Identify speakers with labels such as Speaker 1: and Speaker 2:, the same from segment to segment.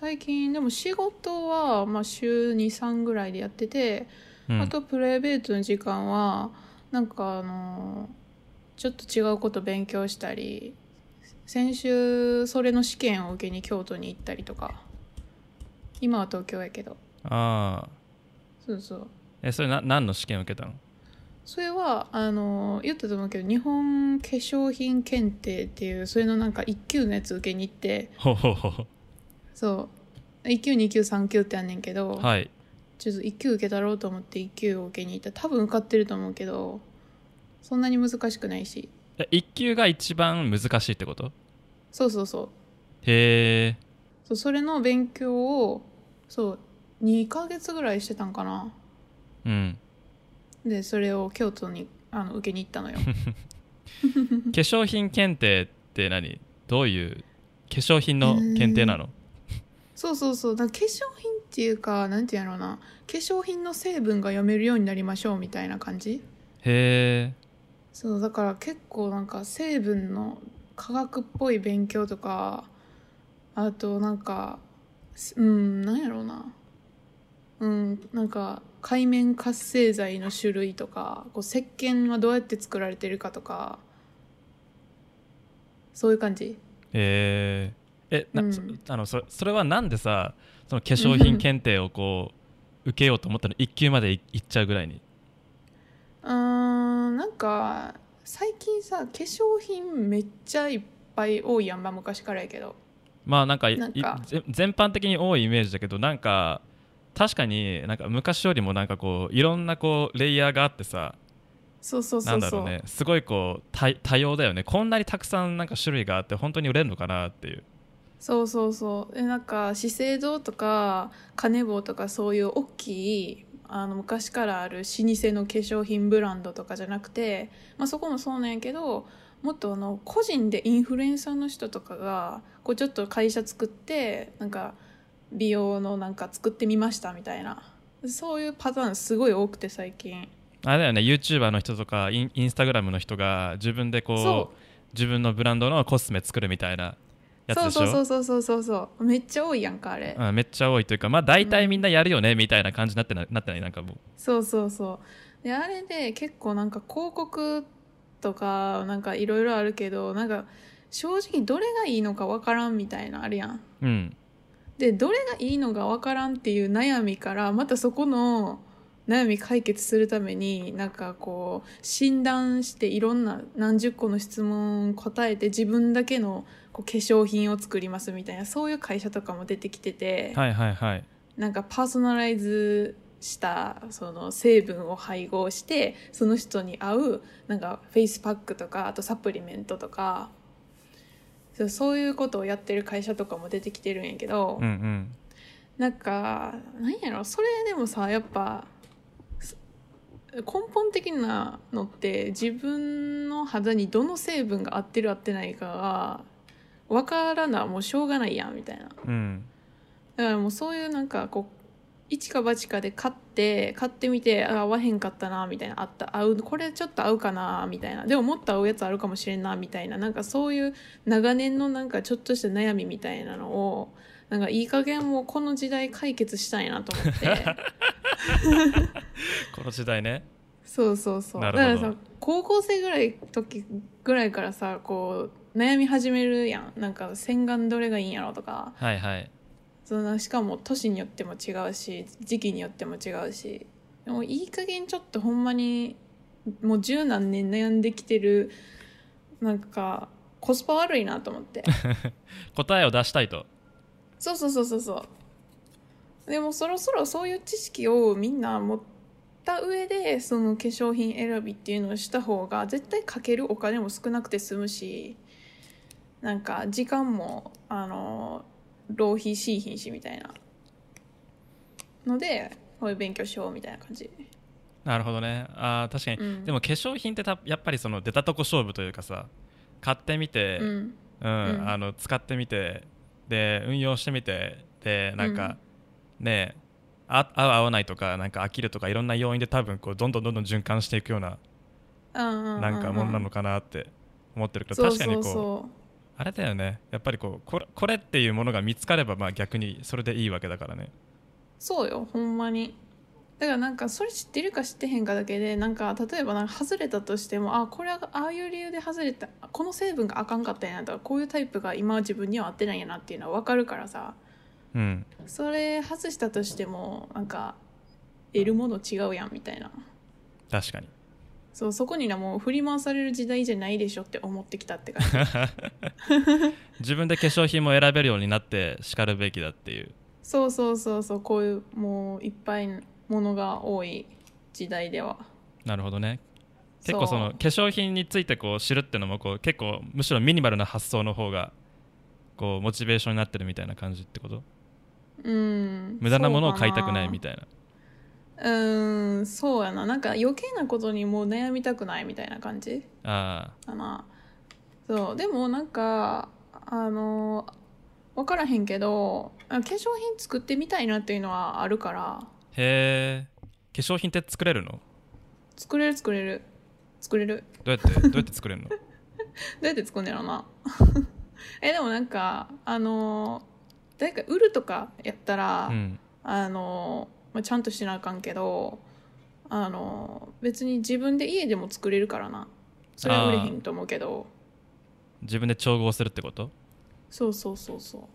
Speaker 1: 最近でも仕事は、まあ、週23ぐらいでやってて、
Speaker 2: うん
Speaker 1: あとプライベートの時間はなんかあのちょっと違うこと勉強したり先週それの試験を受けに京都に行ったりとか今は東京やけど
Speaker 2: ああ
Speaker 1: そうそう
Speaker 2: えそれな何の試験を受けたの
Speaker 1: それはあの言ったと思うけど日本化粧品検定っていうそれのなんか1級のやつ受けに行って
Speaker 2: ほうほうほう
Speaker 1: そう1級2級3級ってあんねんけど、
Speaker 2: はい
Speaker 1: ちょっと1級受けたろうと思って1級を受けに行った多分受かってると思うけどそんなに難しくないし
Speaker 2: え1級が一番難しいってこと
Speaker 1: そうそうそう
Speaker 2: へえ
Speaker 1: そうそれの勉強をそう2ヶ月ぐらいしてたんかな
Speaker 2: うん
Speaker 1: でそれを京都にあの受けに行ったのよ
Speaker 2: 化粧品検定って何どういう化粧品の検定なの
Speaker 1: そうそうそうだから化粧品っていうかなんていうんやろうな化粧品の成分が読めるようになりましょうみたいな感じ
Speaker 2: へえ
Speaker 1: そうだから結構なんか成分の科学っぽい勉強とかあとなんかすうんなんやろうなうんなんか界面活性剤の種類とかこう石鹸はどうやって作られてるかとかそういう感じ
Speaker 2: へええな、
Speaker 1: うん
Speaker 2: そあのそそれはなんでさその化粧品検定をこう受けようと思ったの1級までいいっちゃうぐらいに
Speaker 1: うーんなんか最近さ化粧品めっちゃいっぱい多いやんまあ昔からやけど
Speaker 2: まあなんかい
Speaker 1: なんか
Speaker 2: いぜ全般的に多いイメージだけどなんか確かになんか昔よりもなんかこういろんなこうレイヤーがあってさ
Speaker 1: そうそう
Speaker 2: な
Speaker 1: そ
Speaker 2: ん
Speaker 1: う
Speaker 2: だ
Speaker 1: そ
Speaker 2: ろ
Speaker 1: う
Speaker 2: うねすごいこう多多様だよねこんなにたくさんなんか種類があって本当に売れるのかなっていう
Speaker 1: そうそうそうでなんか資生堂とかカネボウとかそういう大きいあの昔からある老舗の化粧品ブランドとかじゃなくて、まあ、そこもそうなんやけどもっとあの個人でインフルエンサーの人とかがこうちょっと会社作ってなんか美容のなんか作ってみましたみたいなそういうパターンすごい多くて最近
Speaker 2: あれだよね YouTuber の人とかインインスタグラムの人が自分でこ
Speaker 1: そう
Speaker 2: 自分のブランドのコスメ作るみたいなやつ
Speaker 1: そ
Speaker 2: で
Speaker 1: う
Speaker 2: しょ
Speaker 1: そうそうそうそうそうそうめっちゃ多いやんかあれ
Speaker 2: うん、めっちゃ多いというかまあ大体みんなやるよねみたいな感じになってななってないなんかもう
Speaker 1: そうそうそうであれで結構なんか広告とかなんかいろいろあるけどなんか正直どれがいいのかわからんみたいなあるやん
Speaker 2: うん
Speaker 1: でどれがいいのがわからんっていう悩みからまたそこの悩み解決するためになんかこう診断していろんな何十個の質問答えて自分だけのこう化粧品を作りますみたいなそういう会社とかも出てきてて、
Speaker 2: はいはいはい
Speaker 1: なんかパーソナライズしたその成分を配合してその人に合うなんかフェイスパックとかあとサプリメントとかそうそういうことをやってる会社とかも出てきてるんやけど、
Speaker 2: うんうん
Speaker 1: なんかなんやろそれでもさやっぱす根本的なのって自分の肌にどの成分が合ってる合ってないかが分からなもうしょうがないやんみたいな。
Speaker 2: うん
Speaker 1: だからもうそういうなんかこう一か八かで買って買ってみてあ合わへんかったなみたいなあった合うこれちょっと合うかなみたいなでももっと合うやつあるかもしれんなみたいななんかそういう長年のなんかちょっとした悩みみたいなのをなんかいい加減もうこの時代解決したいなと思って
Speaker 2: この時代ね
Speaker 1: そうそうそう
Speaker 2: な
Speaker 1: だ
Speaker 2: る
Speaker 1: か
Speaker 2: ほど
Speaker 1: らさ高校生ぐらい時ぐらいからさこう悩み始めるやんなんか洗顔どれがいいんやろとか
Speaker 2: はいはい
Speaker 1: そのしかも都市によっても違うし時期によっても違うしでもいい加減ちょっとほんまにもう十何年悩んできてるなんかコスパ悪いなと思って
Speaker 2: 答えを出したいと
Speaker 1: そうそうそうそうそうでもそろそろそういう知識をみんな持った上でその化粧品選びっていうのをした方が絶対かけるお金も少なくて済むしなんか時間もあの浪費しいひんしみたいなのでこういう勉強しようみたいな感じ
Speaker 2: なるほどねあー確かに、
Speaker 1: うん
Speaker 2: でも化粧品ってたやっぱりその出たとこ勝負というかさ買ってみて、
Speaker 1: うん
Speaker 2: うん
Speaker 1: うん
Speaker 2: あの使ってみてで運用してみてでなんか、ねえあ合う合わないとかなんか飽きるとかいろんな要因で多分こうどんどんどんどん循環していくような
Speaker 1: な
Speaker 2: なんかものなのかなって思ってるけど
Speaker 1: そう
Speaker 2: 確か
Speaker 1: そ
Speaker 2: に
Speaker 1: う
Speaker 2: こ
Speaker 1: そう
Speaker 2: あれだよねやっぱりこうこれこれっていうものが見つかればまあ逆にそれでいいわけだからね
Speaker 1: そうよほんまにだからなんかそれ知ってるか知ってへんかだけでなんか例えばなんか外れたとしてもあこれはああいう理由で外れたこの成分があかんかったんやなとかこういうタイプが今は自分には合ってないんやなっていうのは分かるからさ
Speaker 2: うん
Speaker 1: それ外したとしてもなんか得るもの違うやんみたいな
Speaker 2: 確かに
Speaker 1: そうそこになもう振り回される時代じゃないでしょって思ってきたって感 じ
Speaker 2: 自分で化粧品も選べるようになってしかるべきだっていう
Speaker 1: そうそうそうそうこういうもういっぱいものが多い時代では
Speaker 2: なるほどね結構その
Speaker 1: う
Speaker 2: 化粧品についてこう知るってのもこう結構むしろミニマルな発想の方がこうモチベーションになってるみたいな感じってこと
Speaker 1: うん
Speaker 2: 無駄なものを買いたく
Speaker 1: そ
Speaker 2: ない
Speaker 1: うか
Speaker 2: みたいな
Speaker 1: うーんそうやななんか余計なことにもう悩みたくないみたいな感じ
Speaker 2: あ
Speaker 1: かなそうでもなんかあの分からへんけどあ化粧品作ってみたいなっていうのはあるから
Speaker 2: あへえ化粧品って作れるの
Speaker 1: 作れる作れる作れる
Speaker 2: どうやってどうやって作れるの
Speaker 1: どうやって作んねやろなえでもなんかあの誰か売るとかやったら、
Speaker 2: うん
Speaker 1: あの、まあ、ちゃんとしなあかんけどあの別に自分で家でも作れるからなそれは売れへんと思うけど
Speaker 2: 自分で調合するってこと
Speaker 1: そうそうそうそ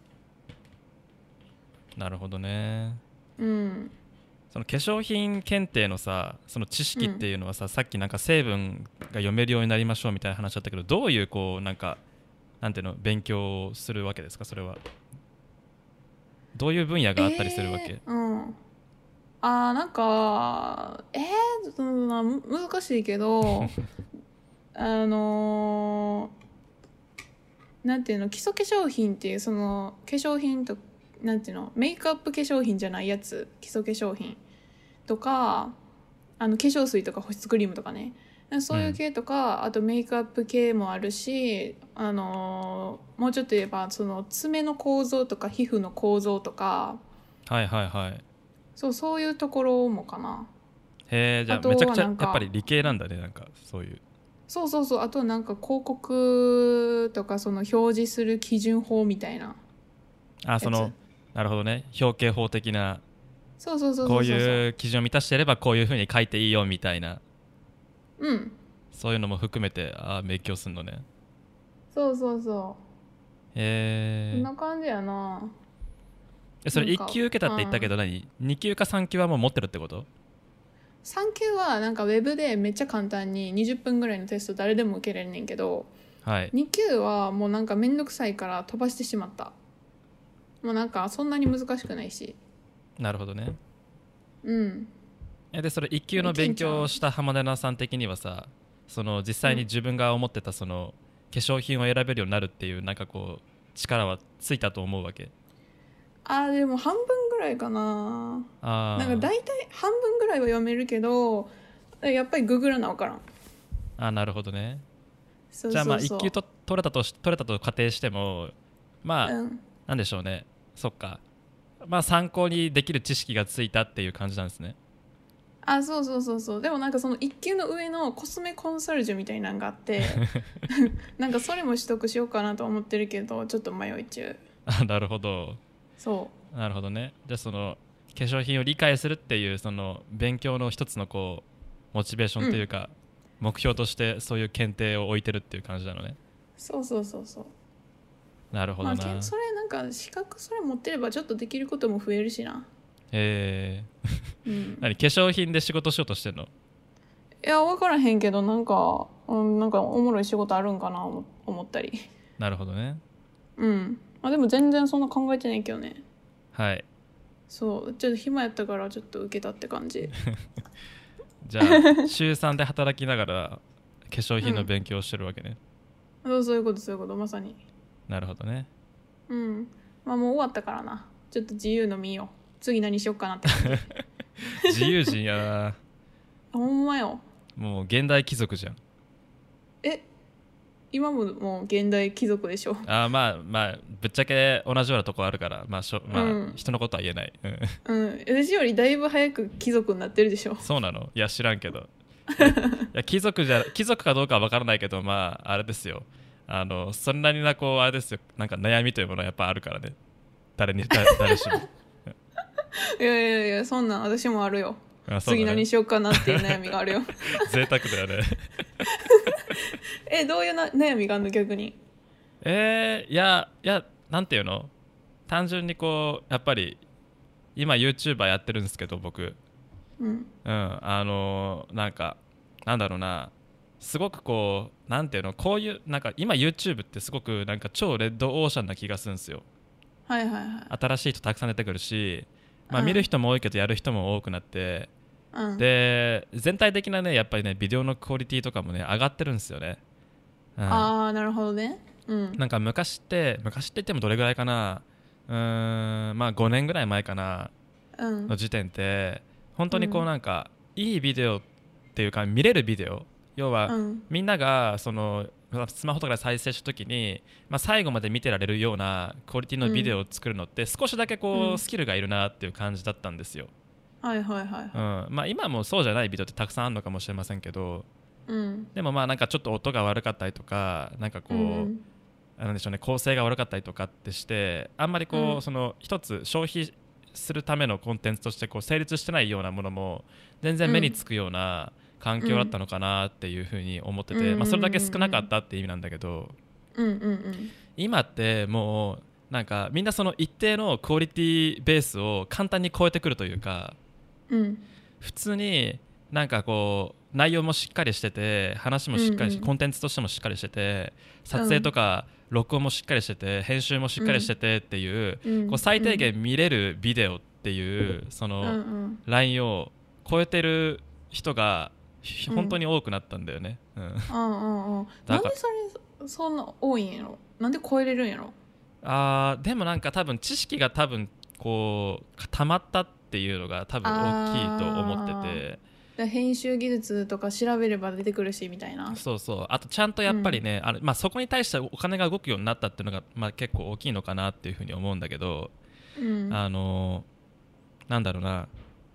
Speaker 2: なるほどね
Speaker 1: ううん
Speaker 2: その化粧品検定のさその知識っていうのはさ、さっきなんか成分が読めるようになりましょうみたいな話だったけどどういうこうなんかなんていうの勉強をするわけですかそれはどういう分野があったりするわけ、
Speaker 1: えーうんあーなんかえー、そんなむ難しいけ どあのーなんていうの基礎化粧品っていうその化粧品となんていうのメイクアップ化粧品じゃないやつ基礎化粧品とかあの化粧水とか保湿クリームとかねそういう系とか、あとメイクアップ系もあるしあのーもうちょっと言えばその爪の構造とか皮膚の構造とか
Speaker 2: はいはいはいへ
Speaker 1: そうそういうところもかな
Speaker 2: えじゃ
Speaker 1: あ
Speaker 2: あ
Speaker 1: とは
Speaker 2: めちゃくちゃや
Speaker 1: な
Speaker 2: っ
Speaker 1: んか
Speaker 2: ぱり理系なんだねなんかそういう
Speaker 1: そうそうそうあとなんか広告とかその表示する基準法みたいな
Speaker 2: あ
Speaker 1: や
Speaker 2: そのなるほどね表敬法的な
Speaker 1: そうそうそうそ
Speaker 2: こう
Speaker 1: うそう
Speaker 2: いう基準を満たしてればこういうふうに書いていいよみたいな
Speaker 1: うん
Speaker 2: そういうのも含めてああ勉強するのね
Speaker 1: そうそうそ
Speaker 2: へ
Speaker 1: うこ
Speaker 2: え
Speaker 1: んな感じやな
Speaker 2: えそれ
Speaker 1: なんか
Speaker 2: 1級受けたって言ったけど何、2級か3級はもう持ってるってこと
Speaker 1: 3級はなんかウェブでめっちゃ簡単に20分ぐらいのテスト誰でも受けれんねんけど
Speaker 2: はい
Speaker 1: 2級はもうなんかめんどくさいから飛ばしてしまったもうなんかそんなに難しくないし
Speaker 2: なるほどね
Speaker 1: うん
Speaker 2: えでそれ1級の勉強をした浜田さん的にはさその実際に自分が思ってたその化粧品を選べるようになるっていうなんかこう力はついたと思うわけ
Speaker 1: あーでも半分ぐらいかな
Speaker 2: あ
Speaker 1: なんか
Speaker 2: ー
Speaker 1: 大体半分ぐらいは読めるけどやっぱりググらな分からん
Speaker 2: あーなるほどね
Speaker 1: そうそうそう
Speaker 2: じゃあまあ1級と取れたとし取れたと仮定してもまあ、
Speaker 1: うん、
Speaker 2: なんでしょうねそっかまあ参考にできる知識がついたっていう感じなんですね
Speaker 1: あそうそうそうそうでもなんかその1級の上のコスメコンサルジュみたいなのがあって なんかそれも取得しようかなと思ってるけどちょっと迷い中
Speaker 2: あなるほど
Speaker 1: そ
Speaker 2: なるほどねじゃあその化粧品を理解するっていうその勉強の一つのこうモチベーションというか、目標としてそういう検定を置いてるっていう感じなの
Speaker 1: う
Speaker 2: ね
Speaker 1: そうそうそうそう
Speaker 2: なるほ
Speaker 1: ま
Speaker 2: ど
Speaker 1: あ
Speaker 2: な、
Speaker 1: けんそれなんか資格それ持ってればちょっとできることも増えるしな
Speaker 2: え
Speaker 1: うん
Speaker 2: ー、何化粧品で仕事しようとしてんの
Speaker 1: いや分からへんけどなんか、うん、なんかおもろい仕事あるんかな思思ったり
Speaker 2: なるほどね
Speaker 1: うんまあでも全然そんな考えてないけどね
Speaker 2: はい
Speaker 1: そうちょっと暇やったからちょっと受けたって感 じ
Speaker 2: じゃ あ週3で働きながら化粧品の勉強をしてるわけね、
Speaker 1: そうそういうことそういうことまさに
Speaker 2: なるほどね
Speaker 1: うんまあもう終わったからなちょっと自由の身よ次何しよっかなって 感じ
Speaker 2: 自由人やな
Speaker 1: ほんまよ
Speaker 2: もう現代貴族じゃん
Speaker 1: え今ももう現代貴族でしょ
Speaker 2: あーまあまあぶっちゃけ同じようなとこあるからまあしょ、まあ
Speaker 1: うん
Speaker 2: 人のことは言えない、うん
Speaker 1: うん私よりだいぶ早く貴族になってるでしょ
Speaker 2: そうなのい や知らんけどいや貴族じゃ貴族かどうかは分からないけどまああれですよあのそんなになこうあれですよなんか悩みというものはやっぱあるからね誰に誰 誰しも
Speaker 1: いやいやいやそんなん私もあるよ、
Speaker 2: あそうだね
Speaker 1: 次何しようかなっていう悩みがあ るよ
Speaker 2: 贅沢だよね
Speaker 1: えどういうな悩みがあるの逆に
Speaker 2: えー、いやいやなんていうの単純にこうやっぱり今 YouTuber やってるんですけど僕
Speaker 1: うん
Speaker 2: うん、あのーなんかなんだろうなすごくこうなんていうのこういうなんか今 YouTube ってすごくなんか超レッドオーシャンな気がするんですよ
Speaker 1: はいはいは
Speaker 2: 新しい人たくさん出てくるし、まあ、
Speaker 1: うん
Speaker 2: 見る人も多いけどやる人も多くなって、
Speaker 1: い、うん、
Speaker 2: で全体的なねやっぱりねビデオのクオリティとかもね上がってるんですよね、うん、
Speaker 1: ああなるほどねうん
Speaker 2: なんか昔って昔って言ってもどれぐらいかなうーんまあ5年ぐらい前かな
Speaker 1: うん
Speaker 2: の時点って本当にこ
Speaker 1: う
Speaker 2: うんなんか、いいビデオっていうか見れるビデオ要は、
Speaker 1: うん
Speaker 2: みんながそのまあスマホとかで再生した時に、まあ、最後まで見てられるようなクオリティのビデオを作るのって少しだけこ
Speaker 1: う
Speaker 2: うんスキルがいるなっていう感じだったんですよ、
Speaker 1: はいはいはい
Speaker 2: うんまあ、今もそうじゃないビデオってたくさんあるのかもしれませんけど
Speaker 1: うん
Speaker 2: でもまあなんかちょっと音が悪かったりとかなんかこう、
Speaker 1: うん
Speaker 2: なんでしょうね構成が悪かったりとかってしてあんまりこう、
Speaker 1: うん
Speaker 2: その一つ消費するためのコンテンツとしてこう成立してないようなものも全然目につくような環境だったのかなっていうふうに思ってて、
Speaker 1: うん
Speaker 2: まあ、それだけ少なかったって意味なんだけど
Speaker 1: うんうんうん
Speaker 2: 今ってもうなんかみんなその一定のクオリティベースを簡単に超えてくるというか
Speaker 1: うん
Speaker 2: 普通になんかこう内容もしっかりしてて話もしっかりし、
Speaker 1: うんうん
Speaker 2: コンテンツとしてもしっかりしてて撮影とか録音もしっかりしてて編集もしっかりしててっていう,、
Speaker 1: うん
Speaker 2: こう最低限見れるビデオっていうそ
Speaker 1: うんう
Speaker 2: の
Speaker 1: ん
Speaker 2: ラインを超えてる人がひ
Speaker 1: うん
Speaker 2: 本当に多くなったんだよね。うん
Speaker 1: うんうんうん
Speaker 2: だ
Speaker 1: な
Speaker 2: から
Speaker 1: んでそれそんな多いんやろなんで超えれるんやろ
Speaker 2: あーでもなんか多分知識が多分こう溜まったっていうのが多分大きいと思ってて。
Speaker 1: で編集技術とか調べれば出てくるしみたいな
Speaker 2: そうそうあとちゃんとやっぱりね、あのまあ、そこに対してお金が動くようになったっていうのが、まあ、結構大きいのかなっていうふうに思うんだけど、
Speaker 1: うん
Speaker 2: あのなんだろうな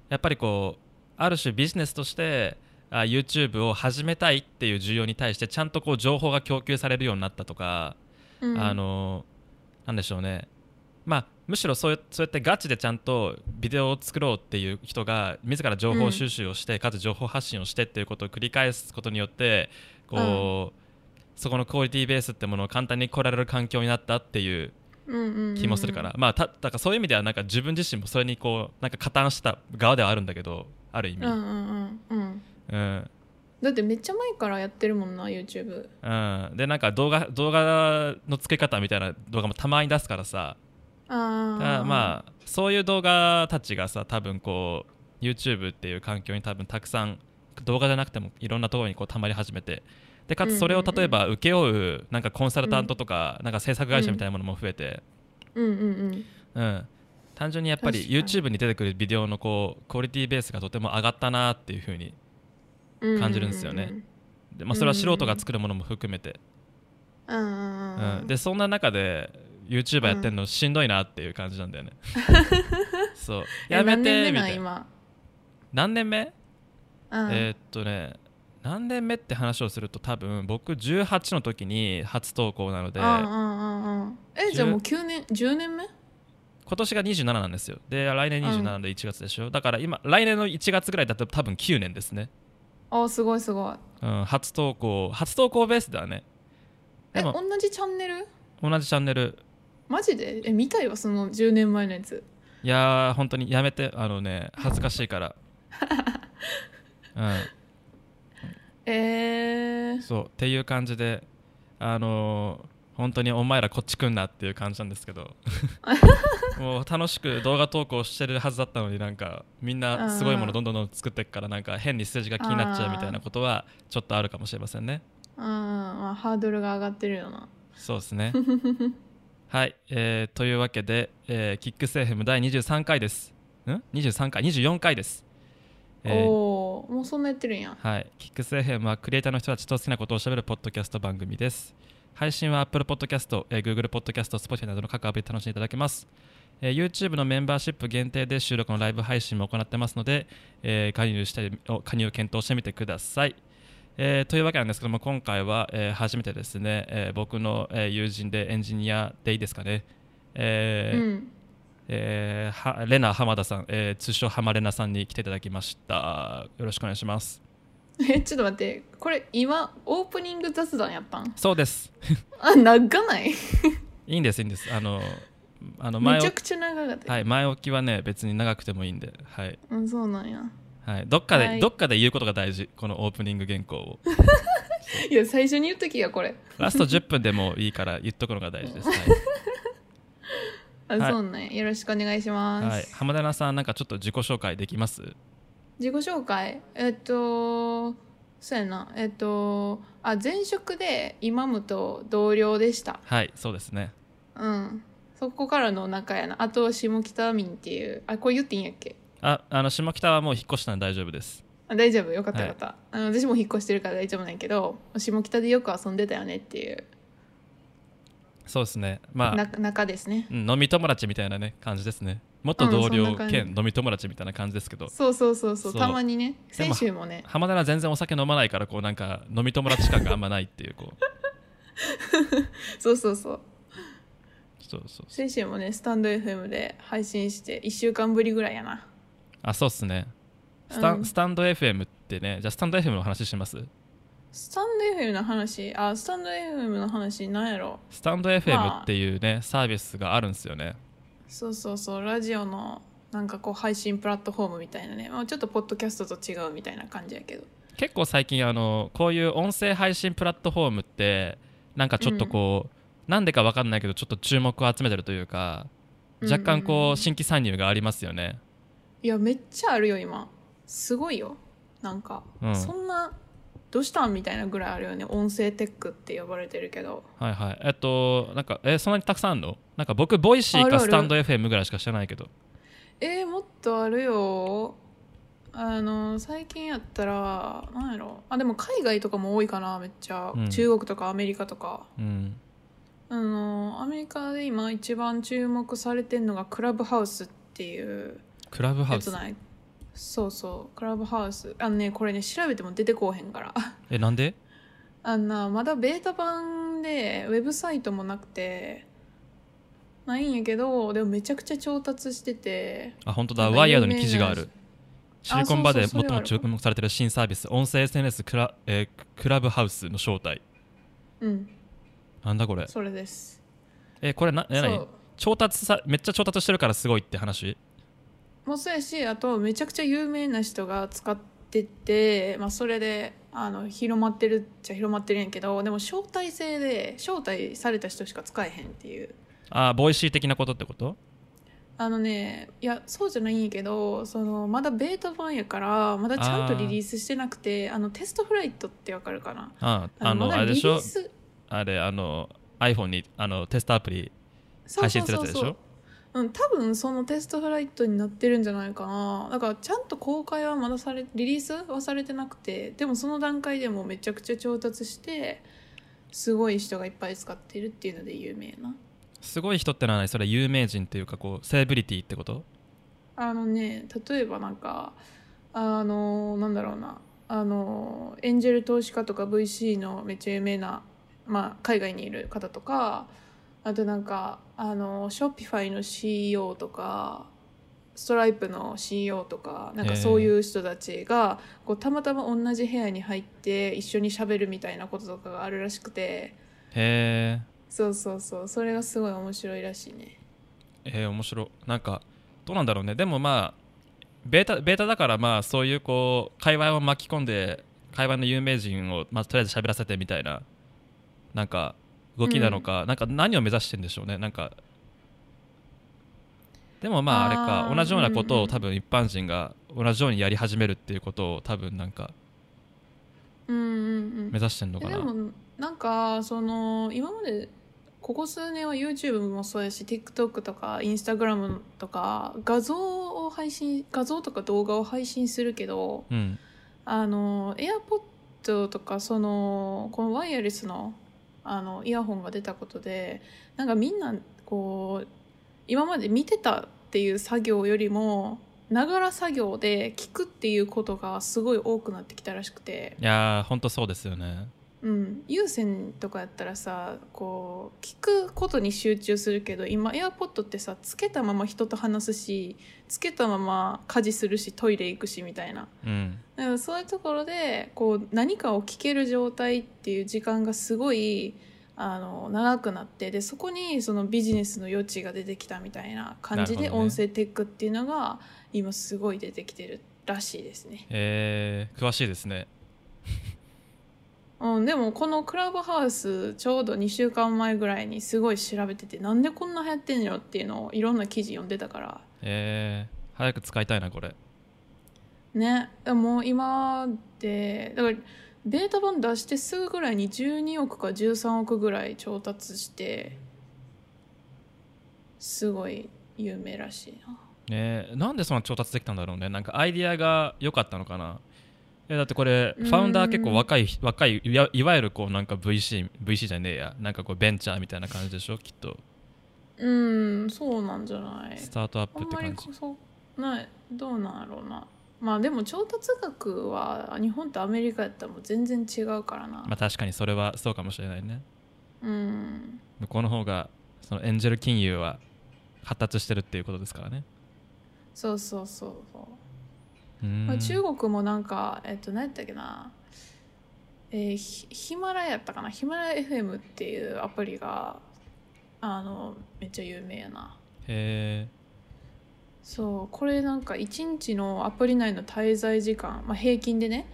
Speaker 2: やっぱりこうある種ビジネスとしてあ YouTube を始めたいっていう需要に対してちゃんとこう情報が供給されるようになったとか、
Speaker 1: うん
Speaker 2: あのなんでしょうねまあむしろそうやそうやってガチでちゃんとビデオを作ろうっていう人が自ら情報収集をして、かつ情報発信をしてっていうことを繰り返すことによってこう、そこのクオリティベースってものを簡単に来られる環境になったっていう
Speaker 1: うんうんうんうん
Speaker 2: 気もするから、まあただからそういう意味ではなんか自分自身もそれにこうなんか加担した側ではあるんだけどある意味、
Speaker 1: うんうんうんうん
Speaker 2: うん
Speaker 1: だってめっちゃ前からやってるもんな YouTube
Speaker 2: うん、でなんか動画動画の作り方みたいな動画もたまに出すからさ、
Speaker 1: あ
Speaker 2: た
Speaker 1: あ
Speaker 2: だまあそういう動画たちがさ多分こう YouTube っていう環境に多分たくさん動画じゃなくてもいろんなところにこう溜まり始めてでかつそれを
Speaker 1: うんうんうん
Speaker 2: 例えば請け負うなんかコンサルタントとか、なんか制作会社みたいなものも増えて、
Speaker 1: うんうん
Speaker 2: うん、単純にやっぱり
Speaker 1: 確かに
Speaker 2: YouTube に出てくるビデオのこうクオリティベースがとても上がったなっていうふうに
Speaker 1: うん
Speaker 2: 感じるんですよねで、まあ、それは素人が作るものも含めて、
Speaker 1: うんうん
Speaker 2: う
Speaker 1: うんんうん
Speaker 2: でそんな中で YouTuber やってるのしんどいなっていう感じなんだよね、 そう
Speaker 1: え
Speaker 2: やめ
Speaker 1: 何年目
Speaker 2: てみ
Speaker 1: な
Speaker 2: た
Speaker 1: ん
Speaker 2: いな
Speaker 1: 今
Speaker 2: 何年目
Speaker 1: うん
Speaker 2: えーっとね何年目って話をすると多分僕18の時に初投稿なので
Speaker 1: うん
Speaker 2: 今
Speaker 1: うんうんうんえじゃあもう9年10年目
Speaker 2: 年が27なんですよで来年27で1月でしょ、だから今来年の1月ぐらいだと多分9年ですね、
Speaker 1: あーすごいすごい
Speaker 2: うん、初投稿初投稿ベースではね
Speaker 1: え
Speaker 2: で
Speaker 1: 同
Speaker 2: も
Speaker 1: じチャンネル
Speaker 2: 同じチャンネル
Speaker 1: マジでえ見たいわその10年前のやつ
Speaker 2: いやー本当にやめてあのね恥ずかし いから、う
Speaker 1: えー
Speaker 2: ん、、そうっていう感じであのー本当にお前らこっち来んなっていう感じなんですけどもう楽しく動画投稿してるはずだったのになんかみんなすごいものどんどんどんどん作っていくからなんか変に数字が気になっちゃうみたいなことはちょっとあるかもしれませんね
Speaker 1: うんまあ、ハードルが上がってるよな
Speaker 2: そうですねはい、えーというわけで、えーキックセーフム第23回ですん23回24回です、えー
Speaker 1: おおもうそんなやってるんや
Speaker 2: はい、キックス FM はクリエイターの人たちと好きなことをしゃべるポッドキャスト番組です。配信は Apple Podcast、えー Google Podcast、Spotify などの各アプリで楽しんでいただけます。えー YouTube のメンバーシップ限定で収録のライブ配信も行ってますので、えー加入してお加入を検討してみてください。えーというわけなんですけども今回は、えー初めてですね、えー僕の、えー友人でエンジニアでいいですかね、えー
Speaker 1: うん
Speaker 2: えーはレナ浜田さん、えー通称浜レナさんに来ていただきましたよろしくお願いします
Speaker 1: えちょっと待ってこれ今オープニング雑談やったん
Speaker 2: そうです
Speaker 1: あ長ない
Speaker 2: いいんですいいんですあのあの前
Speaker 1: めちゃ
Speaker 2: 置
Speaker 1: くちゃ長かっ
Speaker 2: き、
Speaker 1: た、
Speaker 2: はい、前置きはね別に長くてもいいんではい、
Speaker 1: うんそうなんや
Speaker 2: はい、どっかで、
Speaker 1: はい
Speaker 2: どっかで言うことが大事このオープニング原 稿を
Speaker 1: いや最初に言っときやこれ
Speaker 2: ラスト10分でもいいから言っとくのが大 事です、はい
Speaker 1: あ、
Speaker 2: はい
Speaker 1: そうなんやよろしくお願いします、
Speaker 2: はい、浜田さんなんかちょっと自己紹介できます
Speaker 1: 自己紹介えっとそうやなえっとあ前職でイマムと同僚でした
Speaker 2: はいそうですね
Speaker 1: うんそこからの仲やなあと下北民っていうあこれ言っていいんやっけ
Speaker 2: ああの下北はもう引っ越したんで大丈夫です
Speaker 1: あ大丈夫よかった
Speaker 2: は
Speaker 1: よ
Speaker 2: い
Speaker 1: かった、あの私も引っ越してるから大丈夫なんやけど下北でよく遊んでたよねっていう
Speaker 2: そうですねまあ
Speaker 1: な中ですね
Speaker 2: うん飲み友達みたいなね感じですね元
Speaker 1: うん
Speaker 2: 同
Speaker 1: そ
Speaker 2: 僚
Speaker 1: んな感じ
Speaker 2: 兼飲み友達みたいな感じですけど
Speaker 1: そうそうそうそう
Speaker 2: そう
Speaker 1: たまにね
Speaker 2: で
Speaker 1: 先
Speaker 2: も
Speaker 1: 週もね
Speaker 2: 浜田は全然お酒飲まないからこうなんか飲み友達感があんまないっていう こう
Speaker 1: そうそうそう
Speaker 2: そうそう
Speaker 1: 先週もねスタンド FM で配信して1週間ぶりぐらいやな
Speaker 2: あそうっすねスタ,、
Speaker 1: うん
Speaker 2: スタンド FM ってねじゃあスタンド FM の話します
Speaker 1: スタンド FM の話あスタンド FM の話なんやろ
Speaker 2: スタンド
Speaker 1: ま
Speaker 2: FM
Speaker 1: あ
Speaker 2: っていうねサービスがあるんですよね
Speaker 1: そうそうそうラジオのなんかこう配信プラットフォームみたいなね、まあ、ちょっとポッドキャストと違うみたいな感じやけど
Speaker 2: 結構最近あのこういう音声配信プラットフォームってなんかちょっとこう、なんでかわかんないけどちょっと注目を集めてるというか若干
Speaker 1: うんうん
Speaker 2: こ
Speaker 1: うん
Speaker 2: う新規参入がありますよね
Speaker 1: いやめっちゃあるよ今すごいよなんか、
Speaker 2: うん
Speaker 1: そんなどうしたんみたいなぐらいあるよね音声テックって呼ばれてるけど
Speaker 2: はいはいえっとなんかえそんなにたくさんあるのなんか僕ボイシー
Speaker 1: あるあ
Speaker 2: か
Speaker 1: る
Speaker 2: スタンド FM ぐらいしか知らないけど
Speaker 1: えー、もっとあるよあの最近やったらなんやろあでも海外とかも多いかなめっちゃ、
Speaker 2: うん
Speaker 1: 中国とかアメリカとか
Speaker 2: うん
Speaker 1: あのアメリカで今一番注目されてるのがクラブハウスっていう
Speaker 2: クラブハ
Speaker 1: や
Speaker 2: ウ
Speaker 1: つ
Speaker 2: ス
Speaker 1: ないそうそうクラブハウスあのねこれね調べても出てこうへんから
Speaker 2: えなんで
Speaker 1: あんなまだベータ版でウェブサイトもなくてないんやけどでもめちゃくちゃ調達してて
Speaker 2: あ本当だ
Speaker 1: なんか
Speaker 2: ワイヤ
Speaker 1: 有
Speaker 2: ー
Speaker 1: 名
Speaker 2: ド
Speaker 1: な
Speaker 2: に記事があるシリコンバレーで
Speaker 1: そうそう
Speaker 2: 最も注目されてる新サービス音声 SNS クラ,、えークラブハウスの正体
Speaker 1: うん
Speaker 2: なんだこれ
Speaker 1: それです
Speaker 2: えこれなえ
Speaker 1: そ
Speaker 2: 何
Speaker 1: う
Speaker 2: 調達さめっちゃ調達してるからすごいって話
Speaker 1: もうそうやしあとめちゃくちゃ有名な人が使ってて、まあ、それであの広まってるっちゃ広まってるんやけどでも招待制で招待された人しか使えへんっていう
Speaker 2: あボイシー的なことってこと
Speaker 1: あのねいやそうじゃないんやけどそのまだベータ版やからまだちゃんとリリースしてなくてあのテストフライトってわかるかな
Speaker 2: ああの
Speaker 1: ま
Speaker 2: あ
Speaker 1: だ
Speaker 2: れで
Speaker 1: リリ
Speaker 2: しょ
Speaker 1: ース
Speaker 2: あれあの iPhone にあのテストアプリ
Speaker 1: そう
Speaker 2: 配
Speaker 1: そ
Speaker 2: 信
Speaker 1: うそう
Speaker 2: するやつでし
Speaker 1: そ
Speaker 2: ょ
Speaker 1: ううん、多分そのテストフライトになってるんじゃないかなだからちゃんと公開はまだされリリースはされてなくてでもその段階でもめちゃくちゃ調達してすごい人がいっぱい使ってるっていうので有名な
Speaker 2: すごい人ってのはねそれ有名人っていうかこうセレブリティってこと
Speaker 1: あのね例えばなんかあのなんだろうなあのエンジェル投資家とか VC のめっちゃ有名な、まあ、海外にいる方とかあとなんかあのショッピファイの CEO とかストライプの CEO とかなんかそういう人たちがこうたまたま同じ部屋に入って一緒に喋るみたいなこととかがあるらしくて
Speaker 2: へ
Speaker 1: そうそうそうそれがすごい面白いらしいね。
Speaker 2: えへえ面白いなんかどうなんだろうねでもまあベータベータだからまあそういうこう会話を巻き込んで会話の有名人を、まあ、とりあえず喋らせてみたいななんか動きなのか、なんか何を目指してんでしょうねなんかでもまああれ
Speaker 1: あ
Speaker 2: か
Speaker 1: ー
Speaker 2: 同じようなこと
Speaker 1: うんう
Speaker 2: を
Speaker 1: ん
Speaker 2: 多分一般人が同じようにやり始めるっていうことを多分なんか
Speaker 1: うんうんうん
Speaker 2: 目指してんのかな
Speaker 1: でもなんかその今までここ数年は YouTube もそうやし TikTok とか Instagram とか画像を配信画像とか動画を配信するけど
Speaker 2: うん
Speaker 1: あの AirPod とかそのこのワイヤレスのあのイヤホンが出たことでなんかみんなこう今まで見てたっていう作業よりもながら作業で聞くっていうことがすごい多くなってきたらしくて、
Speaker 2: いやー、ほんとそうですよね。
Speaker 1: うん、有線とかやったらさこう聞くことに集中するけど今 AirPod ってさつけたまま人と話すしつけたまま家事するしトイレ行くしみたいな
Speaker 2: うん。
Speaker 1: だからそういうところでこう何かを聞ける状態っていう時間がすごいあの長くなってでそこにそのビジネスの余地が出てきたみたいな感じ
Speaker 2: な
Speaker 1: で
Speaker 2: るほどね
Speaker 1: 音声テックっていうのが今すごい出てきてるらしいですね。
Speaker 2: えー、詳しいですね。
Speaker 1: うん、でもこのクラブハウスちょうど2週間前ぐらいにすごい調べててなんでこんな流行ってんのよっていうのをいろんな記事読んでたから
Speaker 2: えー、早く使いたいな、これ。
Speaker 1: ねでもう今でだからベータ版出してすぐぐらいに12億か13億ぐらい調達してすごい有名らしいな
Speaker 2: ねえなんでそんな調達できたんだろうねなんかアイディアが良かったのかないやだってこれ
Speaker 1: うん
Speaker 2: ファウンダー結構若い若いいわいわゆるこうなんか VC, VC じゃねえやなんかこうベンチャーみたいな感じでしょきっと
Speaker 1: うんそうなんじゃない
Speaker 2: スタートアッ
Speaker 1: あ
Speaker 2: プ
Speaker 1: ん
Speaker 2: って
Speaker 1: まり
Speaker 2: 感じ
Speaker 1: こそうないどうなんやろうなまあでも調達額は日本とアメリカやったらもう全然違うからな、
Speaker 2: まあ確かにそれはそうかもしれないね
Speaker 1: うん
Speaker 2: 向こうの方がそのエンジェル金融は発達してるっていうことですからね
Speaker 1: そうそうそうそう
Speaker 2: うーん
Speaker 1: まあ、中国もなんかえっと何やったっけな、えーヒヒマラヤやったかなヒマラヤ FM っていうアプリがあのめっちゃ有名やな
Speaker 2: へ
Speaker 1: そうこれなんか1日のアプリ内の滞在時間、まあ、平均でね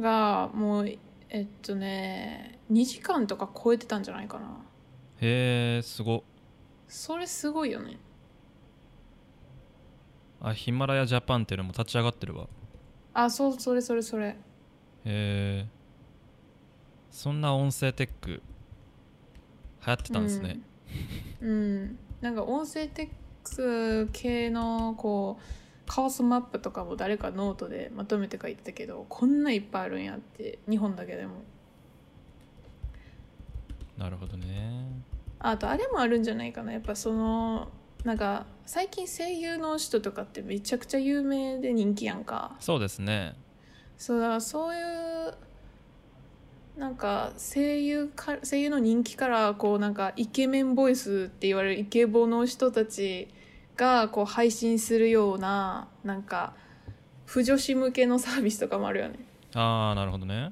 Speaker 1: がもうえっとね2時間とか超えてたんじゃないかな
Speaker 2: えへえすごっ
Speaker 1: それすごいよね
Speaker 2: あヒマラヤジャパンっていうのも立ち上がってるわ
Speaker 1: あそうそれそれそれ
Speaker 2: へえそんな音声テック流行ってたんですね、
Speaker 1: うん、うんなんか音声テックス系のこうカオスマップとかも誰かノートでまとめて書いてたけどこんないっぱいあるんやって日本だけでも
Speaker 2: なるほどね
Speaker 1: あとあれもあるんじゃないかなやっぱそのなんか最近声優の人とかってめちゃくちゃ有名で人気やんか
Speaker 2: そうですね
Speaker 1: そうだからそういうなんか声優か声優の人気からこうなんかイケメンボイスって言われるイケボの人たちがこう配信するようななんか不女子向けのサービスとかもあるよね
Speaker 2: ああなるほどね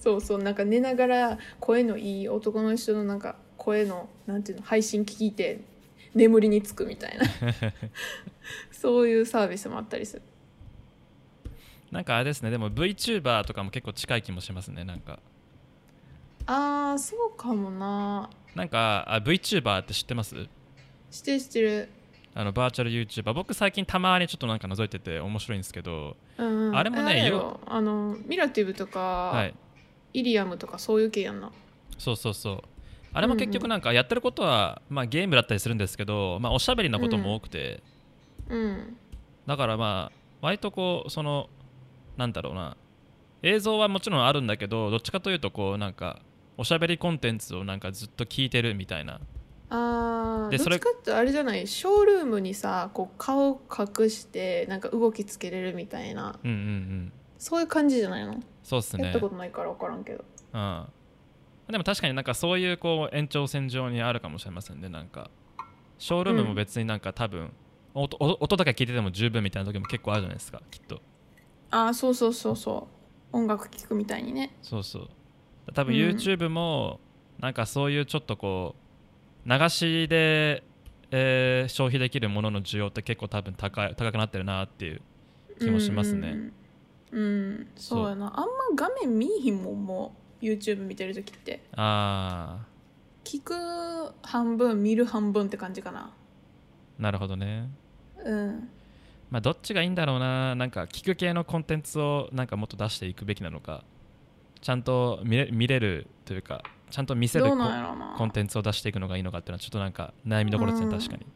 Speaker 1: そうそうなんか寝ながら声のいい男の人のなんか声のなんていうの配信聞いて眠りにつくみたいなそういうサービスもあったりする
Speaker 2: なんかあれですねでも VTuber とかも結構近い気もしますねなんか
Speaker 1: ああそうかもな
Speaker 2: なんかあ VTuber って知ってます
Speaker 1: してしてる
Speaker 2: あのバーチャル YouTuber 僕最近たまにちょっとなんか覗いてて面白いんですけど
Speaker 1: うんうん
Speaker 2: あれもね
Speaker 1: やろ
Speaker 2: よ
Speaker 1: あのミラティブとか、
Speaker 2: はい
Speaker 1: イリアムとかそういう系やんな
Speaker 2: そうそうそうあれも結局なんかやってることは、まあ、ゲームだったりするんですけど、まあ、おしゃべりなことも多くて、
Speaker 1: うん
Speaker 2: だからまあ割とこうそのなんだろうな映像はもちろんあるんだけどどっちかというとこうなんかおしゃべりコンテンツをなんかずっと聞いてるみたいな
Speaker 1: あー
Speaker 2: で
Speaker 1: どっ
Speaker 2: それ
Speaker 1: ちかってあれじゃないショールームにさこう顔隠してなんか動きつけれるみたいな
Speaker 2: うんうんうん
Speaker 1: そういう感じじゃないの、
Speaker 2: そうっす
Speaker 1: やっ
Speaker 2: ね
Speaker 1: たことないから分からんけど
Speaker 2: うんでも確かになんかそういうこう延長線上にあるかもしれませんねなんかショールームも別になんか多分、音音音だけ聞いてても十分みたいな時も結構あるじゃないですかきっと
Speaker 1: ああそうそうそうそう音楽聴くみたいにね
Speaker 2: そうそう多分
Speaker 1: うん
Speaker 2: YouTube もなんかそういうちょっとこう流しで、えー消費できるものの需要って結構多分高い高くなってるなっていう気もします
Speaker 1: う
Speaker 2: ね
Speaker 1: ん、うんうんそうやなあんま画面見いひんもんもう YouTube 見てる時って
Speaker 2: あ
Speaker 1: 聞く半分見る半分って感じかな
Speaker 2: ーなるほどね
Speaker 1: うん
Speaker 2: まあどっちがいいんだろうななんか聞く系のコンテンツをなんかもっと出していくべきなのかちゃんと見れ見れるというかちゃんと見せる
Speaker 1: ど
Speaker 2: コ
Speaker 1: うなん
Speaker 2: ン
Speaker 1: やろうな
Speaker 2: コンテンツを出していくのがいいのかっていうのはちょっとなんか悩みどころですね
Speaker 1: うん
Speaker 2: 確かに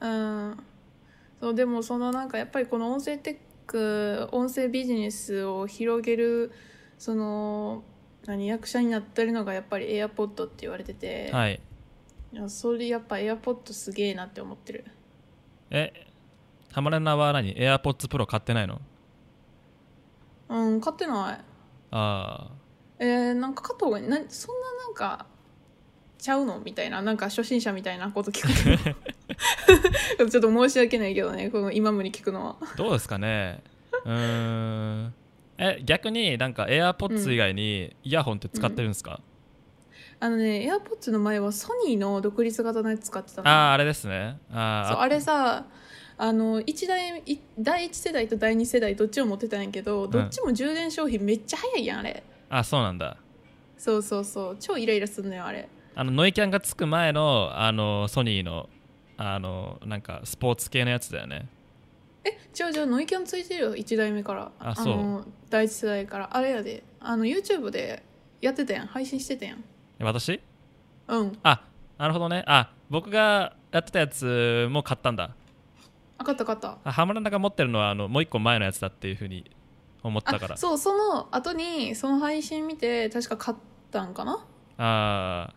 Speaker 1: うん、そうでもそのなんかやっぱりこの音声テック音声ビジネスを広げるその何役者になってるのがやっぱり AirPod って言われてて、い
Speaker 2: はい
Speaker 1: やそれやっぱ AirPod すげえなって思ってる
Speaker 2: えたまらなは何 AirPods Pro 買ってないの
Speaker 1: うん買ってない
Speaker 2: あ
Speaker 1: えー、なんか買った方がいいなそんななんかちゃうのみたいななんか初心者みたいなこと聞く けどちょっと申し訳ないけどねこの今無に聞くのは
Speaker 2: あどうですかねうーんえ逆になんか AirPods 以外にイヤホンって使ってるんですか、
Speaker 1: あのね AirPods の前はソニーの独立型のやつ使ってたの
Speaker 2: あああれですねあ
Speaker 1: そう
Speaker 2: ーあ
Speaker 1: あれさあの一台い第1世代と第2世代どっちも持ってたんやけどどっちも充電消費めっちゃ早いやんあれ
Speaker 2: あそうなんだ
Speaker 1: そうそうそう超イライラすんのよあれ
Speaker 2: あのノイキャンがつく前のあのソニーのあのなんかスポーツ系のやつだよね
Speaker 1: え違う違うノイキャンついてるよ1台目から
Speaker 2: あそう
Speaker 1: の第1世代からあれやであの YouTube でやってたやん配信してたやん
Speaker 2: え私
Speaker 1: うん
Speaker 2: あなるほどねあ僕がやってたやつも買ったんだ
Speaker 1: あかったあかった
Speaker 2: あ浜田が持ってるのはあのもう一個前のやつだっていうふうに思ってたから
Speaker 1: あそうその後にその配信見て確か買ったんかな
Speaker 2: ああ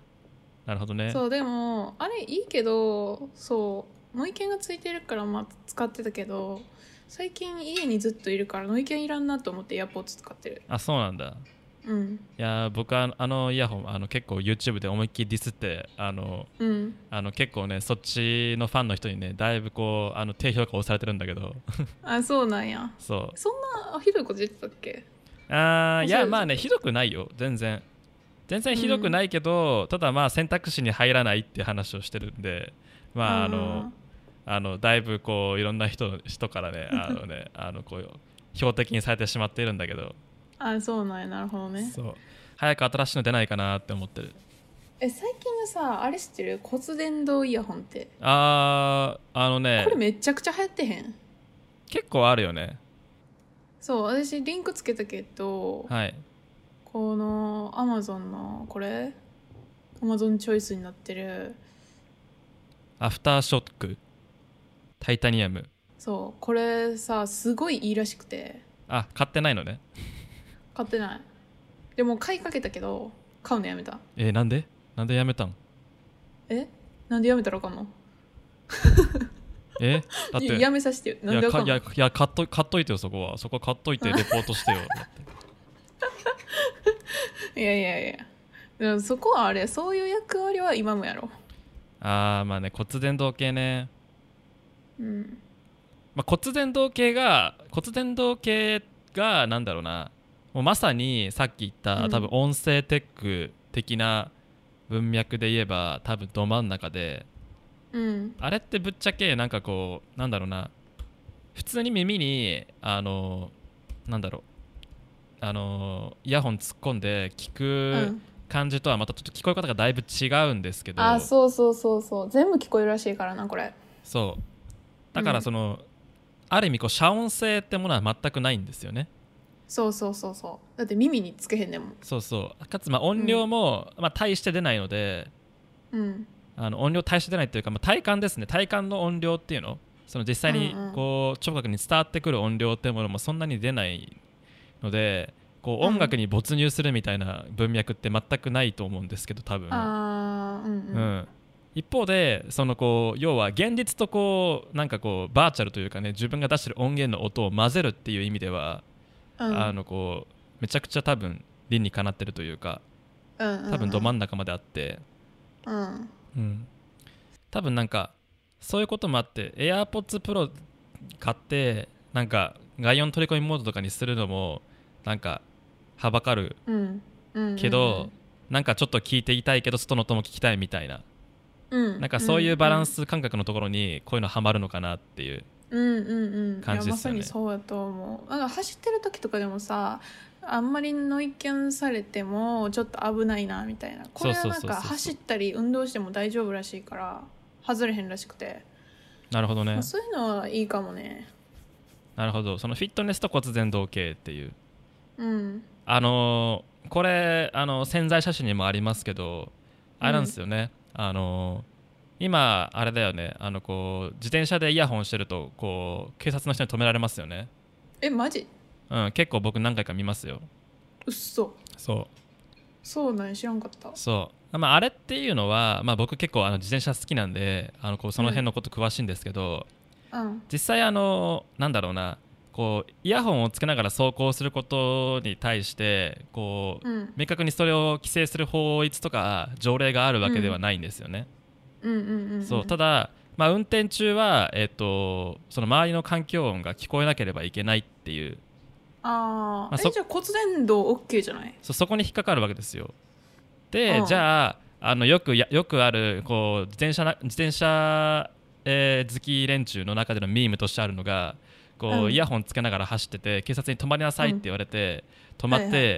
Speaker 2: なるほどね
Speaker 1: そうでもあれいいけどそうノイキャンがついてるからまあ使ってたけど最近家にずっといるからノイキャンいらんなと思ってエアポーツ使ってる
Speaker 2: あそうなんだ
Speaker 1: うん
Speaker 2: いやー僕はあのイヤホンあの結構 YouTube で思いっきりディスってあの
Speaker 1: うん
Speaker 2: あの結構ねそっちのファンの人にねだいぶこうあの低評価を押されてるんだけど
Speaker 1: あそうなんや
Speaker 2: そ
Speaker 1: そんなあひどいこと言ってたっけ
Speaker 2: うあーい
Speaker 1: そう
Speaker 2: や
Speaker 1: です
Speaker 2: まあねひどくないよ全然全然ひどくないけど、ただまあ選択肢に入らないっていう話をしてるんでまああのあのだいぶこういろんな人の人からねあのねあのこう標的にされてしまっているんだけど、
Speaker 1: ああそうなんやなるほどね
Speaker 2: そう早く新しいの出ないかなって思ってる
Speaker 1: え最近のさあれ知ってる骨伝導イヤホンって
Speaker 2: あーあのね
Speaker 1: これめちゃくちゃ流行ってへん
Speaker 2: 結構あるよね
Speaker 1: そう私リンクつけたけど、
Speaker 2: はい
Speaker 1: このアマゾンのこれアマゾンチョイスになってる
Speaker 2: アフターショックタイタニアム
Speaker 1: そうこれさすごいいいらしくて
Speaker 2: あ買ってないのね
Speaker 1: 買ってないでも買いかけたけど買うのやめた
Speaker 2: えーなんでなんでやめたん
Speaker 1: えなんでやめたらあかんの
Speaker 2: えだって
Speaker 1: いややめさせてよなん
Speaker 2: い
Speaker 1: で
Speaker 2: や
Speaker 1: あか
Speaker 2: か
Speaker 1: ん
Speaker 2: い
Speaker 1: の
Speaker 2: やいや買っと買っといてよそこはそこは買っといてレポート してよだって
Speaker 1: いやいやいやでもそこはあれそういう役割は今もやろ
Speaker 2: ああまあね骨伝導系ね
Speaker 1: うん
Speaker 2: まあ、骨伝導系が骨伝導系がなんだろうなもうまさにさっき言った、
Speaker 1: うん
Speaker 2: 多分音声テック的な文脈で言えば多分ど真ん中で
Speaker 1: うん
Speaker 2: あれってぶっちゃけなんかこうなんだろうな普通に耳にあのなんだろうあのイヤホン突っ込んで聞
Speaker 1: う
Speaker 2: く
Speaker 1: ん、
Speaker 2: 感じとはまたちょっと聞こえ方がだいぶ違うんですけど、
Speaker 1: あそうそうそうそう全部聞こえるらしいからなこれ
Speaker 2: そうだからその、ある意味こう遮音性ってものは全くないんですよね
Speaker 1: そうそうそうそうだって耳につけへんでもん
Speaker 2: そうそうかつまあ音量も、まあ、大して出ないので
Speaker 1: うん
Speaker 2: あの音量大して出ないというか、まあ、体感ですね体感の音量っていうのその実際に
Speaker 1: うんうん
Speaker 2: こう聴覚に伝わってくる音量っていうものもそんなに出ないのでこう音楽に没入するみたいな文脈って全くないと思うんですけど多分、
Speaker 1: あーうん
Speaker 2: う
Speaker 1: うん、
Speaker 2: ん、一方でそのこう要は現実とこうなんかこうバーチャルというかね自分が出してる音源の音を混ぜるっていう意味では、
Speaker 1: うん、
Speaker 2: あのこうめちゃくちゃ多分理にかなってるというか多分ど真
Speaker 1: ん
Speaker 2: ん中まであって、
Speaker 1: うん
Speaker 2: うん、多分なんかそういうこともあって AirPods Pro 買ってなんか外音取り込みモードとかにするのもなんかはばかる
Speaker 1: うんうん
Speaker 2: けど、なんかちょっと聞いていたいけど外の音も聞きたいみたいな、
Speaker 1: うん、
Speaker 2: なんかそういうバラン
Speaker 1: ス
Speaker 2: ス感覚のところにこういうのはまるのかなっていう
Speaker 1: うんうんうん
Speaker 2: 感じですよ
Speaker 1: い
Speaker 2: ね
Speaker 1: やまさにそうだと思うなんか走ってる時とかでもさあんまりノイキャンされてもちょっと危ないなみたいなこれは
Speaker 2: そう
Speaker 1: な
Speaker 2: そ
Speaker 1: ん
Speaker 2: うそうそう
Speaker 1: か走ったり運動しても大丈夫らしいから外れへんらしくて、
Speaker 2: なるほど
Speaker 1: ま
Speaker 2: ね
Speaker 1: あそういうのはいいかもね
Speaker 2: なるほどそのフィットネスと骨伝導系っていう
Speaker 1: うん
Speaker 2: あのーこれあの潜在写真にもありますけどあれなんですよね、あのー今あれだよねあのこう自転車でイヤホンしてるとこう警察の人に止められますよね
Speaker 1: えマジ
Speaker 2: うん結構僕何回か見ますよ
Speaker 1: うっそ
Speaker 2: そ
Speaker 1: そうなんや知らんかった
Speaker 2: うそうまああれっていうのは、まあ、僕結構あの自転車好きなんであのこうその辺のこと詳しいんですけど、
Speaker 1: うん
Speaker 2: 実際あのなんだろうなこうイヤホンをつけながら走行することに対してこう、
Speaker 1: うん
Speaker 2: 明確にそれを規制する法律とか条例があるわけではないんですよね。
Speaker 1: うんうんうん
Speaker 2: そうた
Speaker 1: だ
Speaker 2: だ、まあ、運転中は、えっとその周りの環境音が聞こえなければいけないっていう
Speaker 1: あ
Speaker 2: ま
Speaker 1: ー
Speaker 2: あそ
Speaker 1: えじゃあ骨伝導 OK じゃない
Speaker 2: そそこに引っかかるわけですよで、
Speaker 1: うん
Speaker 2: じゃああのよくやよくあるこう自転車な自転車、えー好き連中の中でのミームとしてあるのがこう、
Speaker 1: うん
Speaker 2: イヤホンつけながら走ってて警察に止まりなさいって言われて、止まって、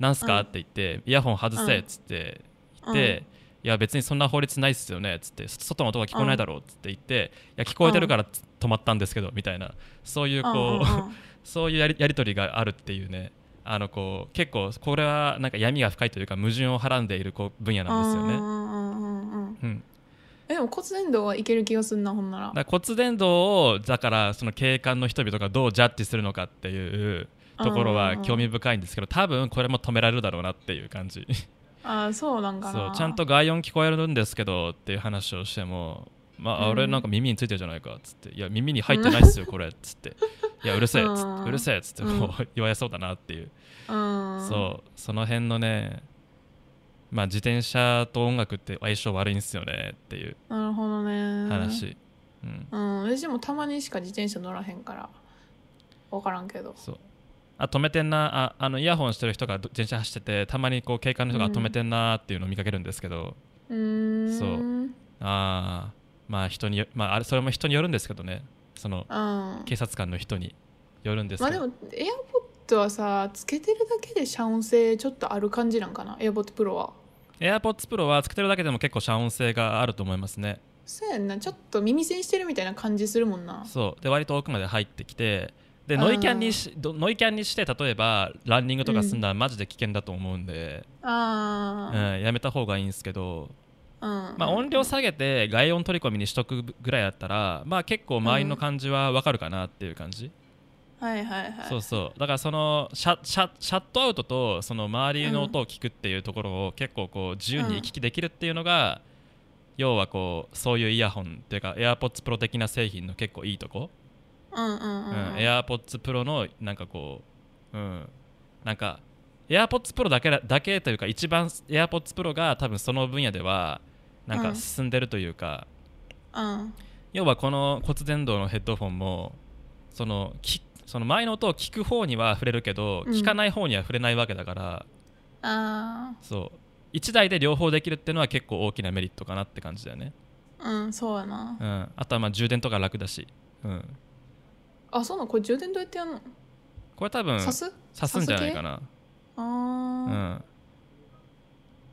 Speaker 1: はい
Speaker 2: なんす
Speaker 1: うん
Speaker 2: か、って言ってイヤホン外せっつって言って、いや別にそんな法律ないっすよねっつってそ外の音が聞こえないだろうっつって言って、いや聞こえてるからつ止まったんですけどみたいなそういう
Speaker 1: うん
Speaker 2: こう、
Speaker 1: うんうん
Speaker 2: そういうやりやり取りがあるっていうねあのこう結構これはなんか闇が深いというか矛盾をはらんでいるこう分野なんですよ
Speaker 1: う
Speaker 2: ね。
Speaker 1: んうんうんうんうん
Speaker 2: うん、
Speaker 1: えでも骨伝導はいける気がするなほんなら
Speaker 2: だから骨伝導をだからその警官の人々がどうジャッジするのかっていうところは興味深いんですけど多分これも止められるだろうなっていう感じ
Speaker 1: ああそうなんか
Speaker 2: そ
Speaker 1: な
Speaker 2: うちゃんと外音聞こえるんですけどっていう話をしてもまあ、
Speaker 1: うん
Speaker 2: 俺なんか耳についてるじゃないかっつっていや耳に入ってないっすよこれっつっていやうるせえっつ
Speaker 1: う
Speaker 2: っ
Speaker 1: ん
Speaker 2: てうるせえっつってもう言われそうだなっていう
Speaker 1: うん
Speaker 2: そうその辺のねまあ自転車と音楽って相性悪いんですよねっていう
Speaker 1: なるほどね
Speaker 2: 話、うん
Speaker 1: うん私もたまにしか自転車乗らへんから分からんけど
Speaker 2: そうあ止めてんなああのイヤホンしてる人がど自転車走っててたまにこう警官の人が
Speaker 1: うん
Speaker 2: 止めてんなっていうのを見かけるんですけど、
Speaker 1: うーん
Speaker 2: そう
Speaker 1: うん
Speaker 2: ああまあ人によまああれそれも人によるんですけどねその
Speaker 1: ま
Speaker 2: 警察官の人によるんです
Speaker 1: あ
Speaker 2: け
Speaker 1: で
Speaker 2: ど、
Speaker 1: もエアポッドはさつけてるだけで遮音性ちょっとある感じなんかなエアポッドプロは
Speaker 2: AirPods Pro はつけてるだけでも結構遮音性があると思いますね
Speaker 1: そうやんなちょっと耳栓してるみたいな感じするもんな
Speaker 2: そうで割と奥まで入ってきてで
Speaker 1: あー
Speaker 2: ノイキャンにしどノイキャンにして例えばランニングとかすんならマジで危険だと思うんで、うん
Speaker 1: あ
Speaker 2: やめた方がいいんですけど、
Speaker 1: あ、うん
Speaker 2: まあ、音量下げて外音取り込みにしとくぐらいだったら、まあ、結構周りの感じはわかるかなっていう感じ、
Speaker 1: はいはいはい
Speaker 2: そうそうだからそのシャシャシャットアウトとその周りの音を聞くっていうところを結構こう自由に行き来できるっていうのが、要はこうそういうイヤホンっていうか AirPods Pro 的な製品の結構いいとこ、
Speaker 1: うんうんうんうん、
Speaker 2: エア AirPods Pro のなんかこう、うん、なんか AirPods Pro だけらだけというか一番 AirPods Pro が多分その分野ではなん
Speaker 1: うん
Speaker 2: か進んでるというか、
Speaker 1: うん
Speaker 2: 要はこの骨伝導のヘッドフォンもそのきその前の音を聞く方には触れるけど、
Speaker 1: うん
Speaker 2: 聞かない方には触れないわけだから
Speaker 1: あ
Speaker 2: そう1台で両方できるっていうのは結構大きなメリットかなって感じだよね、
Speaker 1: あうんそうやな、
Speaker 2: うん、あとはまあ充電とか楽だし、うん、
Speaker 1: あそうなのこれ充電どうやってやんの、
Speaker 2: これ多分
Speaker 1: 刺
Speaker 2: 刺
Speaker 1: す
Speaker 2: すんじゃないかな、
Speaker 1: ああ、
Speaker 2: うん、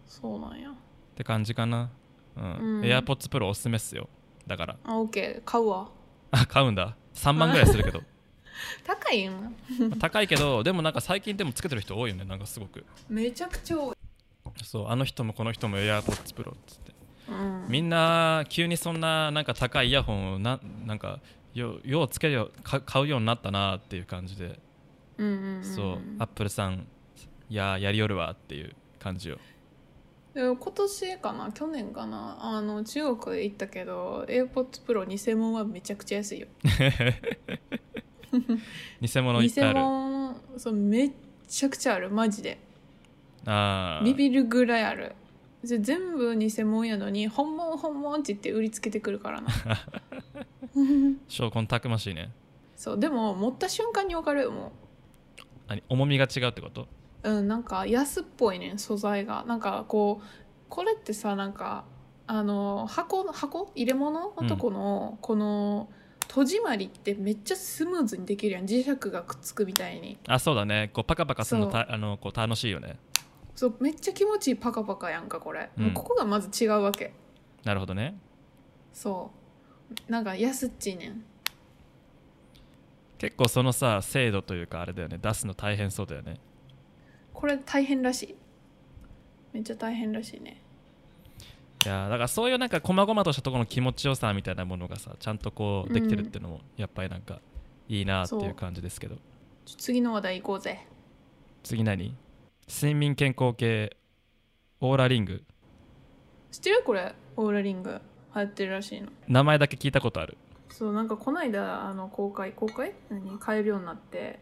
Speaker 1: そうなんや
Speaker 2: って感じかなうん、
Speaker 1: うん
Speaker 2: AirPods Pro おすすめっすよだから
Speaker 1: あオッケー買うわ
Speaker 2: あ買うんだ3万ぐらい するけど
Speaker 1: 高いん
Speaker 2: まあ高いけどでもなんか最近でもつけてる人多いよねなんかすごく
Speaker 1: めちゃくちゃ多い、
Speaker 2: そうあの人もこの人も AirPods Pro っつって
Speaker 1: うん、
Speaker 2: みんな急にそんななんか高いイヤホンをななんかよようつけるよか買うようになったなっていう感じで
Speaker 1: うんうんうん
Speaker 2: そう Apple さんいやーやりよるわっていう感 じよ
Speaker 1: でも今年かな去年かなあの中国へ行ったけど AirPods Pro 偽物はめちゃくちゃ安いよ
Speaker 2: 偽物いっ
Speaker 1: 偽
Speaker 2: ぱいある
Speaker 1: 物そうめっちゃくちゃあるマジで
Speaker 2: あー
Speaker 1: ビビるぐらいあるで全部偽物やのに本物本物って言って売りつけてくるから な
Speaker 2: 証拠たくましいね
Speaker 1: そうでも持った瞬間に分かるよも
Speaker 2: 何重みが違うってこと
Speaker 1: ううんなんか安っぽいねん素材がなんかこうこれってさなんかあの箱の箱入れ物のとこの、この戸締まりってめっちゃスムーズにできるやん磁石がくっつくみたいに
Speaker 2: あそうだねこうパカパカするの
Speaker 1: そ
Speaker 2: たあのこう楽しいよね
Speaker 1: そうめっちゃ気持ちいいパカパカやんかこれ、
Speaker 2: うん
Speaker 1: もうここがまず違うわけ
Speaker 2: なるほどね
Speaker 1: そうなんか安っちいねん
Speaker 2: 結構そのさ精度というかあれだよね出すの大変そうだよね
Speaker 1: これ大変らしいめっちゃ大変らしいね
Speaker 2: いやーだからそういうなんか細々としたところの気持ちよさみたいなものがさちゃんとこうできてるっていうのもやっぱりなんかいいなって
Speaker 1: そ
Speaker 2: いうう感じですけど
Speaker 1: ちょ次の話題行こうぜ
Speaker 2: 次何睡眠健康系オーラリング
Speaker 1: 知ってるこれオーラリング流行ってるらしいの
Speaker 2: 名前だけ聞いたことある
Speaker 1: そうなんかこの間あの公開公開何買えるようになって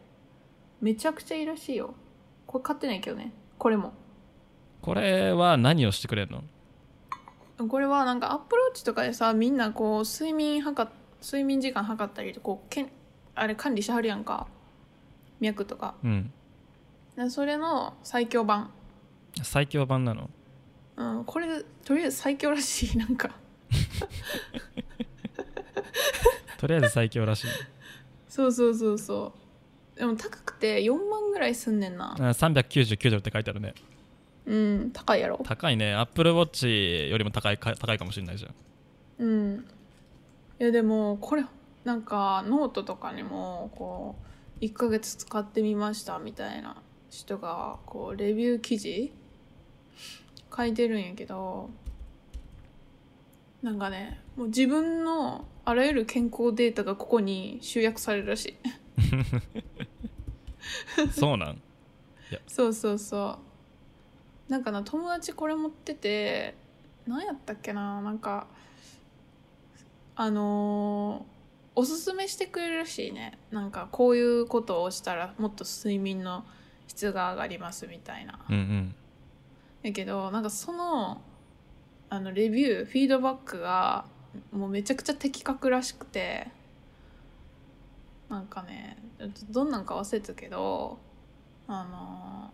Speaker 1: めちゃくちゃいいらしいよこれ買ってないけどねこれも
Speaker 2: これは何をしてくれるの
Speaker 1: これはなんかアップローチとかでさみんなこう睡眠測っ睡眠時間測ったりとこうけんあれ管理しはるやんか脈とか
Speaker 2: うん
Speaker 1: でそれの最強版、
Speaker 2: 最強版なの
Speaker 1: うん、これとりあえず最強らしい なんか
Speaker 2: とりあえず最強らしい
Speaker 1: そうそうそうそうでも高くて4万ぐらいすんねんな
Speaker 2: あ399ドルって書いてあるね
Speaker 1: うん高いやろ
Speaker 2: 高いねアップルウォッチよりも高いか高いかもしれないじゃん
Speaker 1: うんいやでもこれなんかノートとかにもこう1ヶ月使ってみましたみたいな人がこうレビュー記事書いてるんやけどなんかねもう自分のあらゆる健康データがここに集約されるらしい
Speaker 2: そうなん
Speaker 1: そうそうそうなんかな友達これ持ってて何やったっけななんかあのーおすすめしてくれるらしいねなんかこういうことをしたらもっと睡眠の質が上がりますみたいな
Speaker 2: うんうん
Speaker 1: やけどなんかそのあのレビューフィードバックがもうめちゃくちゃ的確らしくてなんかねどんなんか忘れてたけどあの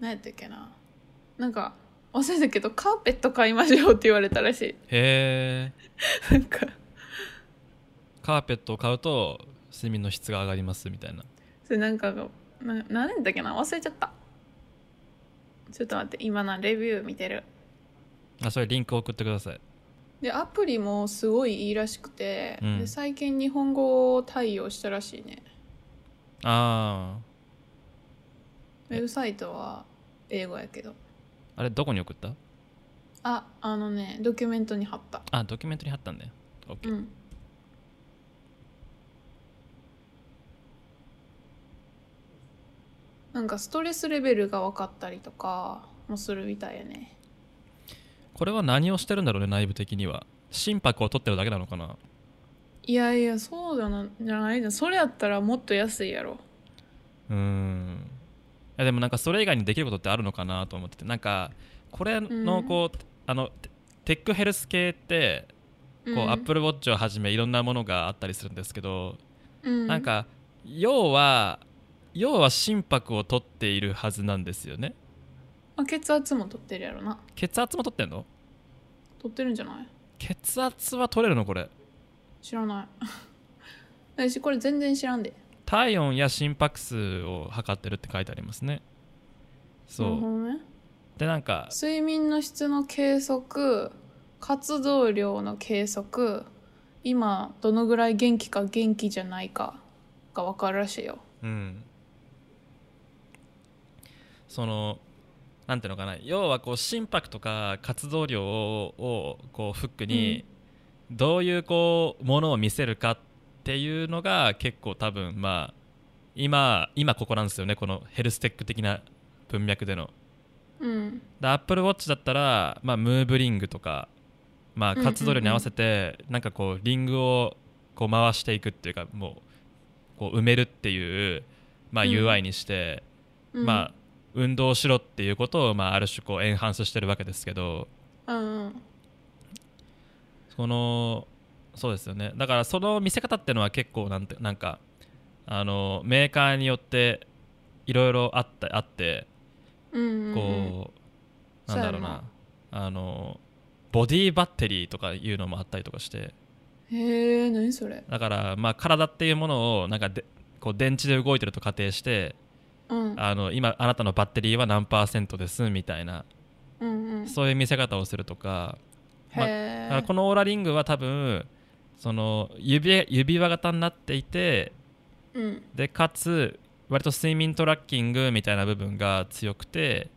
Speaker 1: 何やったっけななんか忘れたけどカーペット買いましょうって言われたらし
Speaker 2: へ
Speaker 1: い
Speaker 2: え
Speaker 1: なんか
Speaker 2: カーペットを買うと睡眠の質が上がりますみたいな
Speaker 1: それなんかがな何やったっけな忘れちゃったちょっと待って今なレビュー見てる
Speaker 2: あそれリンク送ってください
Speaker 1: でアプリもすごいいいらしくて、
Speaker 2: うん
Speaker 1: で最近日本語対応したらしいね
Speaker 2: ああ
Speaker 1: ウェブサイトは英語やけど
Speaker 2: あれどこに送った
Speaker 1: ああのねドキュメントに貼った
Speaker 2: あドキュメントに貼ったんだよ OK、
Speaker 1: うんなんかストレスレベルが分かったりとかもするみたいやね
Speaker 2: これは何をしてるんだろうね内部的には心拍を取ってるだけなのかない
Speaker 1: やいやそうじゃなじゃないじゃんそれやったらもっと安いやろ
Speaker 2: うーんいやでもなんかそれ以外にできることってあるのかなと思っててなんかこれのこう、あのテテックヘルス系ってこう、
Speaker 1: うん、
Speaker 2: アップルウォッチをはじめいろんなものがあったりするんですけど、
Speaker 1: うん
Speaker 2: なんか要は要は心拍を取っているはずなんですよね
Speaker 1: あ血圧も取ってるやろな
Speaker 2: 血圧も取ってんの
Speaker 1: 取ってるんじゃない
Speaker 2: 血圧は取れるのこれ
Speaker 1: 知らない私これ全然知らんで
Speaker 2: 体温や心拍数を測ってるって書いてありますねそう、
Speaker 1: なるほどね
Speaker 2: でなんか
Speaker 1: 睡眠の質の計測活動量の計測今どのぐらい元気か元気じゃないかが分かるらしいよ
Speaker 2: うん、そのなんていうのかな要はこう心拍とか活動量ををこうフックにどういうこうものを見せるかっていうのが結構多分まあ今今ここなんですよねこのヘルステック的な文脈での。
Speaker 1: うん
Speaker 2: で Apple Watch だったら、まあ、ムーブリングとか、まあ、
Speaker 1: うんうんうん
Speaker 2: 活動量に合わせて、なんかこうリングをこう回していくっていうかもうこう埋めるっていう、まあ、
Speaker 1: うん
Speaker 2: UI にして、
Speaker 1: うん
Speaker 2: まあ、運動しろっていうことを、まあ、ある種こうエンハンスしてるわけですけど
Speaker 1: うんうん
Speaker 2: そのそうですよねだからその見せ方っていうのは結構なんてなんかあのメーカーによっていろいろあったあって。
Speaker 1: うんうんうん
Speaker 2: こう、なんだろう
Speaker 1: そうや
Speaker 2: なあのボディバッテリーとかいうのもあったりとかして
Speaker 1: へえ何それ
Speaker 2: だからまあ体っていうものをなんかでこう電池で動いてると仮定して
Speaker 1: うん
Speaker 2: あの今あなたのバッテリーは何パーセントですみたいな
Speaker 1: うんうん
Speaker 2: そういう見せ方をするとかまあだ
Speaker 1: へ
Speaker 2: から
Speaker 1: え
Speaker 2: このオーラリングは多分その指指輪型になっていて
Speaker 1: うん
Speaker 2: でかつ割と睡眠トラッキングみたいな部分が強くて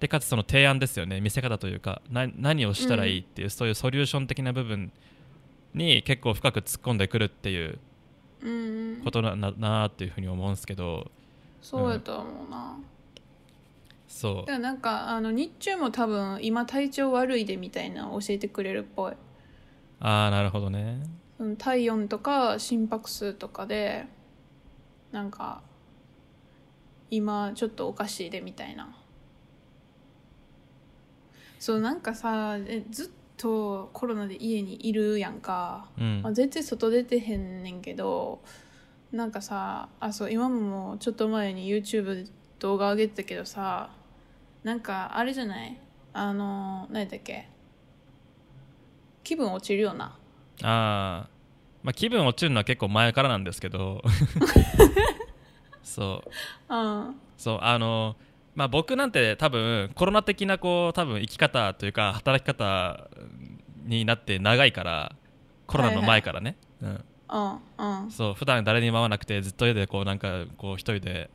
Speaker 2: でかつその提案ですよね見せ方というかな何をしたらいいっていう、そういうソリューション的な部分に結構深く突っ込んでくるっていう
Speaker 1: うんうん
Speaker 2: ことなんだなっていうふうに思うんですけど
Speaker 1: そうやと思うな
Speaker 2: そ
Speaker 1: だからなんかあの日中も多分今体調悪いでみたいなの教えてくれるっぽい
Speaker 2: ああなるほどね
Speaker 1: その体温とか心拍数とかでなんか今ちょっとおかしいでみたいなそうなんかさえずっとコロナで家にいるやんか、
Speaker 2: うん
Speaker 1: まあ、全然外出てへんねんけどなんかさあそう今もちょっと前に YouTube で動画上げてたけどさなんかあれじゃないあの何だっけ気分落ちるよな
Speaker 2: ああまあ気分落ちるのは結構前からなんですけどそう
Speaker 1: うん
Speaker 2: そうあのまあ僕なんて多分コロナ的なこう多分生き方というか働き方になって長いからコロナの前からね、
Speaker 1: うんうん
Speaker 2: うん、そう普段誰にも会わなくてずっと家でこうなんかこう一人で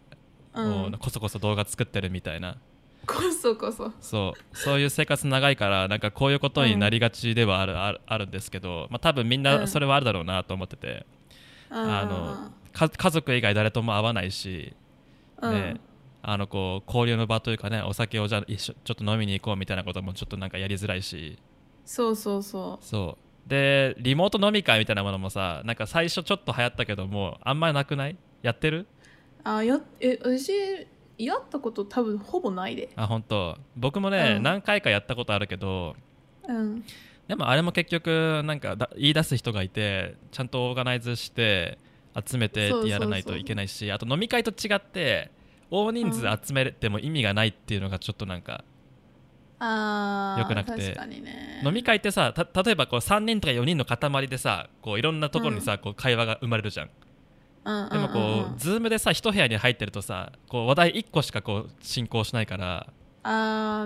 Speaker 2: こ
Speaker 1: う
Speaker 2: うんこそこそ動画作ってるみたいな、
Speaker 1: こそこそ
Speaker 2: そうそういう生活長いからなんかこういうことになりがちではある,、あるあるんですけど、まあ、多分みん
Speaker 1: う
Speaker 2: なんそれはあるだろうなと思ってて、あのか家族以外誰とも会わないし、
Speaker 1: うん
Speaker 2: ねあのこう交流の場というかねお酒をじゃあ一緒ちょっと飲みに行こうみたいなこともちょっとなんかやりづらいし
Speaker 1: そうそうそ
Speaker 2: そうでリモート飲み会みたいなものもさなんか最初ちょっと流行ったけどもうあんまりなくないやってる
Speaker 1: うあやえ私やったこと多分ほぼないで
Speaker 2: あ本当僕もね、
Speaker 1: うん
Speaker 2: 何回かやったことあるけど
Speaker 1: うん
Speaker 2: でもあれも結局なんかだ言い出す人がいてちゃんとオーガナイズして集めてってやらないといけないしあと飲み会と違って大人数
Speaker 1: うん
Speaker 2: 集めても意味がないっていうのがちょっとなんか、
Speaker 1: あー
Speaker 2: 良くなくて
Speaker 1: 確かにね
Speaker 2: 飲み会ってさた例えばこう3人とか4人の塊でさこういろんなところにさ、こう会話が生まれるじゃん
Speaker 1: うんうんうん
Speaker 2: でもこう,、
Speaker 1: うん
Speaker 2: ズームでさ一部屋に入ってるとさこう話題1個しかこう進行しないから
Speaker 1: あ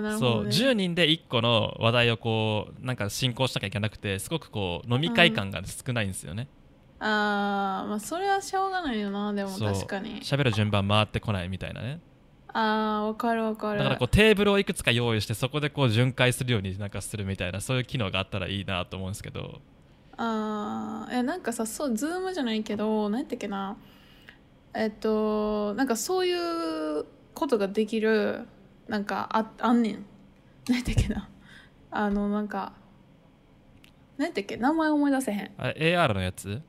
Speaker 1: ーなるほ
Speaker 2: そ
Speaker 1: ど、
Speaker 2: う
Speaker 1: ね、
Speaker 2: 10人で1個の話題をこうなんか進行しなきゃいけなくてすごくこう飲み会感が少ないんですよね
Speaker 1: あーまあそれはしょうがないよなでも
Speaker 2: そう
Speaker 1: 確かに
Speaker 2: 喋る順番回ってこないみたいなね
Speaker 1: あーわかるわか
Speaker 2: だ
Speaker 1: る
Speaker 2: からこうテーブルをいくつか用意してそこでこう巡回するようになんかするみたいなそういう機能があったらいいなと思うんですけど
Speaker 1: あーいやなんかさそうズームじゃないけど何やったっけなえっとなんかそういうことができるなんかああんねん何やったっけなあのなんか何やったっけ名前思い出せへん
Speaker 2: あ AR のやつ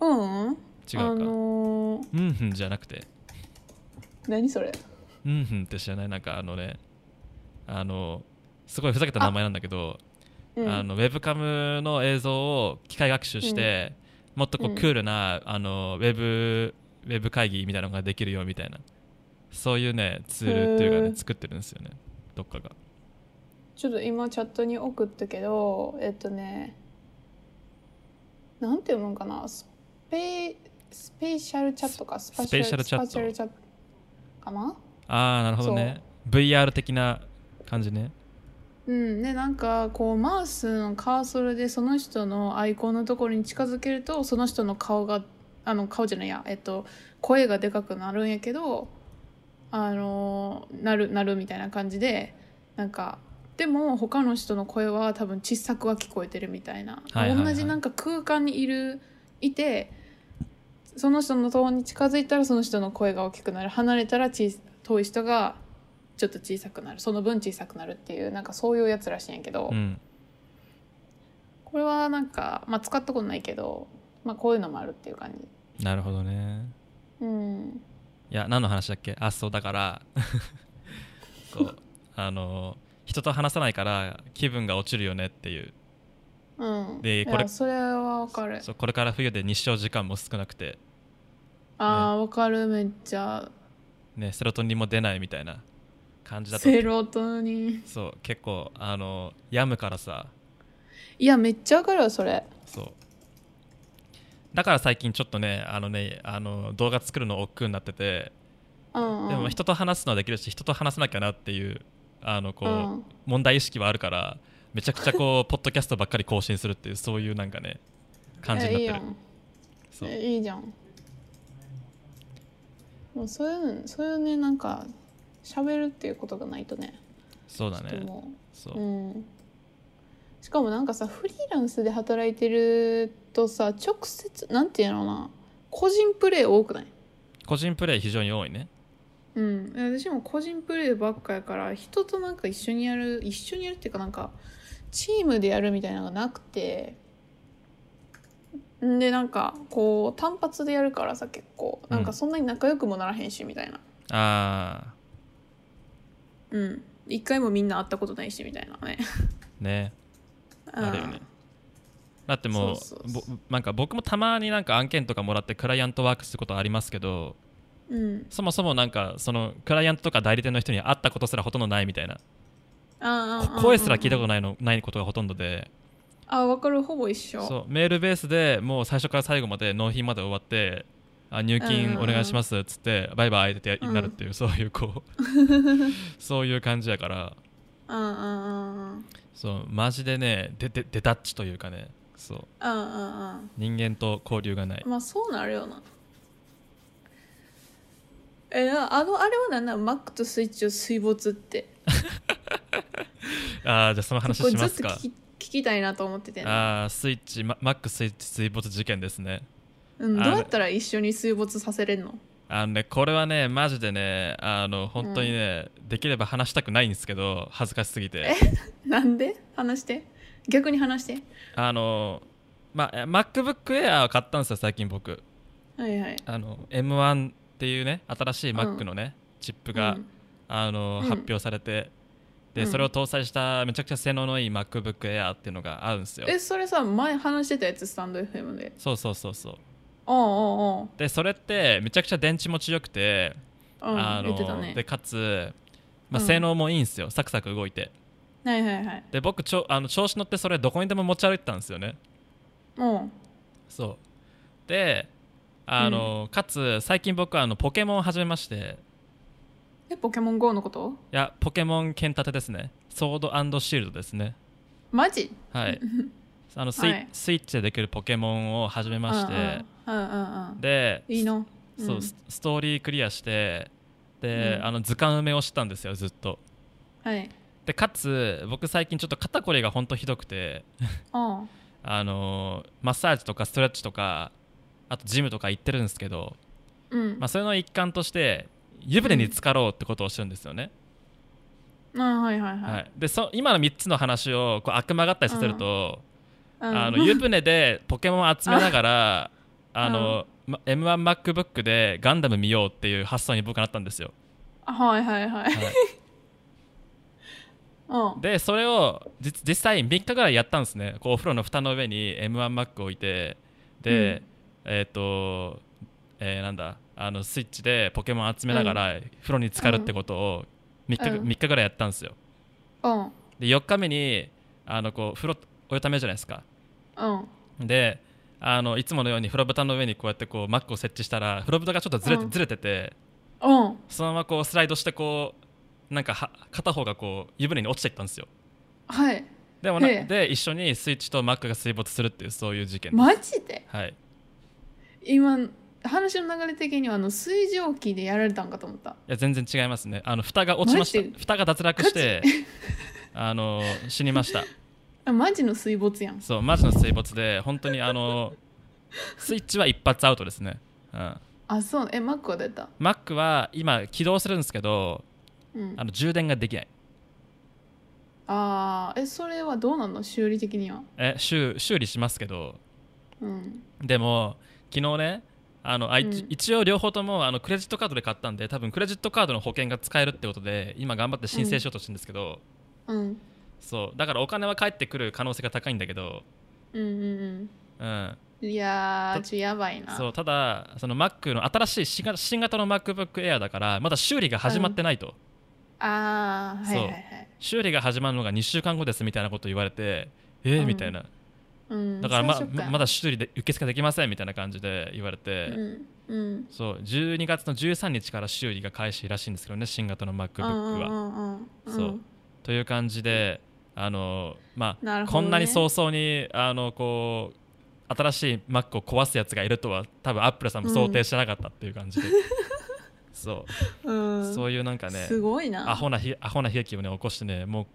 Speaker 1: うんうん
Speaker 2: 違うか、
Speaker 1: あのー
Speaker 2: うんふんじゃなくて
Speaker 1: 何それ
Speaker 2: うんふんって知らないなんかあのねあのすごいふざけた名前なんだけど
Speaker 1: うん
Speaker 2: あのウェブカムの映像を機械学習して、もっとこ
Speaker 1: う
Speaker 2: うんクールな、あのウェブウェブ会議みたいなのができるよみたいなそういうねツールっていうか
Speaker 1: へ
Speaker 2: ね
Speaker 1: ー
Speaker 2: 作ってるんですよねどっかが
Speaker 1: ちょっと今チャットに送ったけどえっとねなんていうのかなスペスペシャルチャットかスパ
Speaker 2: スペシャルチャット
Speaker 1: スパシャルチャットかな
Speaker 2: ああなるほどね VR 的な感じね
Speaker 1: うん、でなんかこうマウスのカーソルでその人のアイコンのところに近づけるとその人の顔があの顔じゃないや、えっと、声がでかくなるんやけどあのなるなるみたいな感じでなんかでも他の人の声は多分小さくは聞こえてるみたいな、
Speaker 2: はいはいはい
Speaker 1: 同じなんか空間にいるいてその人の顔に近づいたらその人の声が大きくなる離れたら小遠い人がちょっと小さくなるその分小さくなるっていうなんかそういうやつらしいんやけど、
Speaker 2: うん
Speaker 1: これはなんか、まあ、使ったことないけど、まあ、こういうのもあるっていう感じ
Speaker 2: なるほどね
Speaker 1: うん
Speaker 2: いや何の話だっけあそうだから そうあの人と話さないから気分が落ちるよねっていう
Speaker 1: うん
Speaker 2: で
Speaker 1: いや
Speaker 2: これ
Speaker 1: それはわかる
Speaker 2: そうこれから冬で日照時間も少なくて、
Speaker 1: あーわかるめっちゃ
Speaker 2: ね、セロトニンも出ないみたいな感じだと
Speaker 1: セロトニン
Speaker 2: そう結構あの病むからさ
Speaker 1: いやめっちゃわかるわそれ
Speaker 2: そうだから最近ちょっとねあのねあの動画作るの億劫になってて
Speaker 1: うん、うん、
Speaker 2: でも人と話すのはできるし人と話さなきゃなっていうあのこう、
Speaker 1: うん
Speaker 2: 問題意識はあるからめちゃくちゃ こうポッドキャストばっかり更新するっていうそういうなんかね感じにな
Speaker 1: えい
Speaker 2: ってる
Speaker 1: いやん
Speaker 2: そう
Speaker 1: えいいじゃんもうそういうのそういうねなんか喋るっていうことがないとね
Speaker 2: そうだ
Speaker 1: ちょっと
Speaker 2: ね
Speaker 1: もう
Speaker 2: そう、
Speaker 1: うん、しかもなんかさフリーランスで働いてるとさ直接なんていうのな個人プレー多くない
Speaker 2: 個人プレイ非常に多いね
Speaker 1: うん、私も個人プレーばっかやから人となんか一緒にやる一緒にやるっていうかなんかチームでやるみたいなのがなくてんでなんかこう単発でやるからさ結構なんかそんなに仲良くもならへんしみたいな
Speaker 2: あ
Speaker 1: うん一回もみんな会ったことないしみたいなね
Speaker 2: ーね
Speaker 1: うん
Speaker 2: あるよねだってもう
Speaker 1: そうそうそう
Speaker 2: ぼなんか僕もたまになんか案件とかもらってクライアントワークすることありますけど
Speaker 1: うん
Speaker 2: そもそもなんかそのクライアントとか代理店の人に会ったことすらほとんどないみたいな
Speaker 1: あーあーあーあー
Speaker 2: 声すら聞いたことないのないことがほとんどで
Speaker 1: あ分かるほぼ一緒
Speaker 2: そうメールベースでもう最初から最後まで納品まで終わってあ入金お願いしますっつって、バイバイってなるっていう、そういうこう そういう感じやから
Speaker 1: うんうんうんうん
Speaker 2: そうマジでねデデデタッチというかねそう
Speaker 1: うんうんうん
Speaker 2: 人間と交流がない
Speaker 1: まあそうなるよなえなあのあれはなんなのマックとスイッチを水没って
Speaker 2: あーじゃあその話
Speaker 1: これ
Speaker 2: し
Speaker 1: ず
Speaker 2: ま
Speaker 1: っ
Speaker 2: す
Speaker 1: と
Speaker 2: か
Speaker 1: 聞き聞きたいなと思っててんな
Speaker 2: あースイッチママックスイッチ水没事件ですね
Speaker 1: うん、ど
Speaker 2: あ
Speaker 1: うやったら一緒に水没させれんの
Speaker 2: あのねこれはねマジでねあの本当にね、できれば話したくないんですけど恥ずかしすぎて
Speaker 1: なんで話して逆に話して
Speaker 2: あのまあえ MacBook Air を買ったんですよ最近僕
Speaker 1: はいはい
Speaker 2: あの M1 っていうね新しい Mac のね、チップが、
Speaker 1: うん
Speaker 2: あの
Speaker 1: うん
Speaker 2: 発表されて、
Speaker 1: う
Speaker 2: で
Speaker 1: ん
Speaker 2: それを搭載しためちゃくちゃ性能のいい MacBook Air っていうのがあるんですよ
Speaker 1: えそれさ前話してたやつスタンド FM で
Speaker 2: そうそうそうそう
Speaker 1: おうおう
Speaker 2: でそれってめちゃくちゃ電池も強くて、
Speaker 1: おう、うん、
Speaker 2: あ
Speaker 1: 言ってた
Speaker 2: ので
Speaker 1: ね
Speaker 2: かつ、まあ、
Speaker 1: うん
Speaker 2: 性能もいいんですよ、サクサク動いて
Speaker 1: はいはいはい
Speaker 2: で僕ちょあの調子乗ってそれどこにでも持ち歩いてたんですよね
Speaker 1: も
Speaker 2: そうであの、かつ最近僕はあのポケモンを始めまして
Speaker 1: うえポケモン GO のこと
Speaker 2: いやポケモン剣立てですねソードシールドですね
Speaker 1: マジ
Speaker 2: はいあのスイ,、
Speaker 1: はい
Speaker 2: スイッチでできるポケモンを始めまして、
Speaker 1: うんうんうんうん
Speaker 2: で
Speaker 1: いいの
Speaker 2: そう、
Speaker 1: ん
Speaker 2: スストーリークリアしてで、
Speaker 1: うん
Speaker 2: あの図鑑埋めをしたんですよずっと
Speaker 1: はい
Speaker 2: でかつ僕最近ちょっと肩こりがほんとひどくて
Speaker 1: おう
Speaker 2: あのーマッサージとかストレッチとかあとジムとか行ってるんですけど、
Speaker 1: うん
Speaker 2: まあ、それの一環として湯船に浸かろうってことをしてるんですよね、
Speaker 1: あはいはいはい、
Speaker 2: はい、でそ今の3つの話をこう悪魔合体させると、
Speaker 1: うん
Speaker 2: あの湯船でポケモンを集めながらあの、ま M1MacBook でガンダム見ようっていう発想に僕はなったんですよ、
Speaker 1: あ はいはいはい
Speaker 2: はい
Speaker 1: うん
Speaker 2: でそれを実実際3日ぐらいやったんですねこうお風呂の蓋の上に M1Mac 置いてで、えっ、と、えーなんだあのスイッチでポケモン集めながら風呂に浸かるってことを3日,、
Speaker 1: うん
Speaker 2: 3日ぐらいやったんですよ
Speaker 1: うん
Speaker 2: で4日目にあのこう風呂お湯ためるじゃないですか
Speaker 1: うん
Speaker 2: であのいつものように風呂蓋の上にこうやってこう Mac を設置したら風呂蓋がちょっとずれて,、
Speaker 1: うん
Speaker 2: ずれてて
Speaker 1: うん
Speaker 2: そのままこうスライドしてこうなんかは片方がこう湯船に落ちていったんですよ
Speaker 1: はい
Speaker 2: でもな
Speaker 1: ええ
Speaker 2: で一緒にスイッチとマックが水没するっていうそういう事件です、
Speaker 1: マジで
Speaker 2: はい
Speaker 1: 今話の流れ的にはあの水蒸気でやられたんかと思った
Speaker 2: いや全然違いますねあの蓋が落ちま
Speaker 1: マジ
Speaker 2: し
Speaker 1: で
Speaker 2: た蓋が脱落して あの死にました
Speaker 1: あマジの水没やん
Speaker 2: そうマジの水没で本当にあのスイッチは一発アウトですね、うん、
Speaker 1: あそうえマックは出た
Speaker 2: マックは今起動するんですけど
Speaker 1: うん
Speaker 2: あの充電ができない
Speaker 1: あーえそれはどうなんの修理的には
Speaker 2: え修修理しますけど
Speaker 1: うん
Speaker 2: でも昨日ねあのあい
Speaker 1: うん
Speaker 2: 一応両方ともあのクレジットカードで買ったんで多分クレジットカードの保険が使えるってことで今頑張って申請しようとしてるんですけど、
Speaker 1: うん
Speaker 2: そうだからお金は返ってくる可能性が高いんだけど、
Speaker 1: うんうん
Speaker 2: うん、
Speaker 1: うんいやー
Speaker 2: た
Speaker 1: ちょやばいな
Speaker 2: そうただその Mac の新しい新型新型の MacBook Air だからまだ修理が始まってないと、
Speaker 1: あーはいはいは
Speaker 2: そ
Speaker 1: い
Speaker 2: 修理が始まるのが2週間後ですみたいなこと言われてえー
Speaker 1: うん
Speaker 2: みたいな
Speaker 1: うん
Speaker 2: だからま
Speaker 1: 最初
Speaker 2: まだ修理で受付できませんみたいな感じで言われて、
Speaker 1: うんうん
Speaker 2: そう12月の13日から修理が開始らしいんですけどね新型の MacBook は、
Speaker 1: うんうんうん
Speaker 2: そうという感じであのまあ、
Speaker 1: なるほど
Speaker 2: こ
Speaker 1: ね
Speaker 2: んなに早々にあのこう新しい Mac を壊すやつがいるとは多分 Apple さんも想定してなかったっていう 感じで、そう
Speaker 1: うんうん
Speaker 2: そういうなんかね
Speaker 1: すごいな
Speaker 2: アホなひアホな悲劇をね起こしてねもう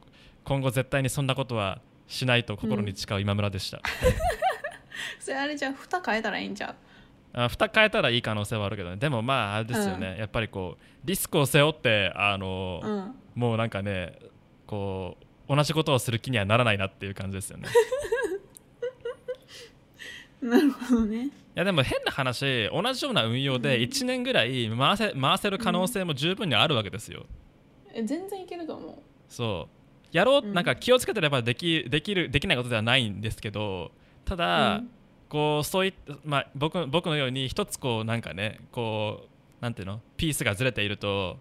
Speaker 2: 今後絶対にそんなことはしないと心に誓う今村でした、
Speaker 1: それあれじゃあ蓋変えたらいいんちゃう
Speaker 2: あ蓋変えたらいい可能性はあるけどねでもまああれですよね、やっぱりこうリスクを背負ってあの、
Speaker 1: うん
Speaker 2: もうなんかねこう同じことをする気にはならないなっていう感じですよね
Speaker 1: なるほどね
Speaker 2: いやでも変な話同じような運用で
Speaker 1: うん
Speaker 2: 1年ぐらい回せ回せる可能性も十分にあるわけですよ、
Speaker 1: え全然いけると思
Speaker 2: そうやろう、
Speaker 1: うん
Speaker 2: なんか気をつけてればできできるできないことではないんですけどた
Speaker 1: う、
Speaker 2: だ、こうそういった、まあ、僕僕のように一つこうなんかねこうなんていうのピースがずれていると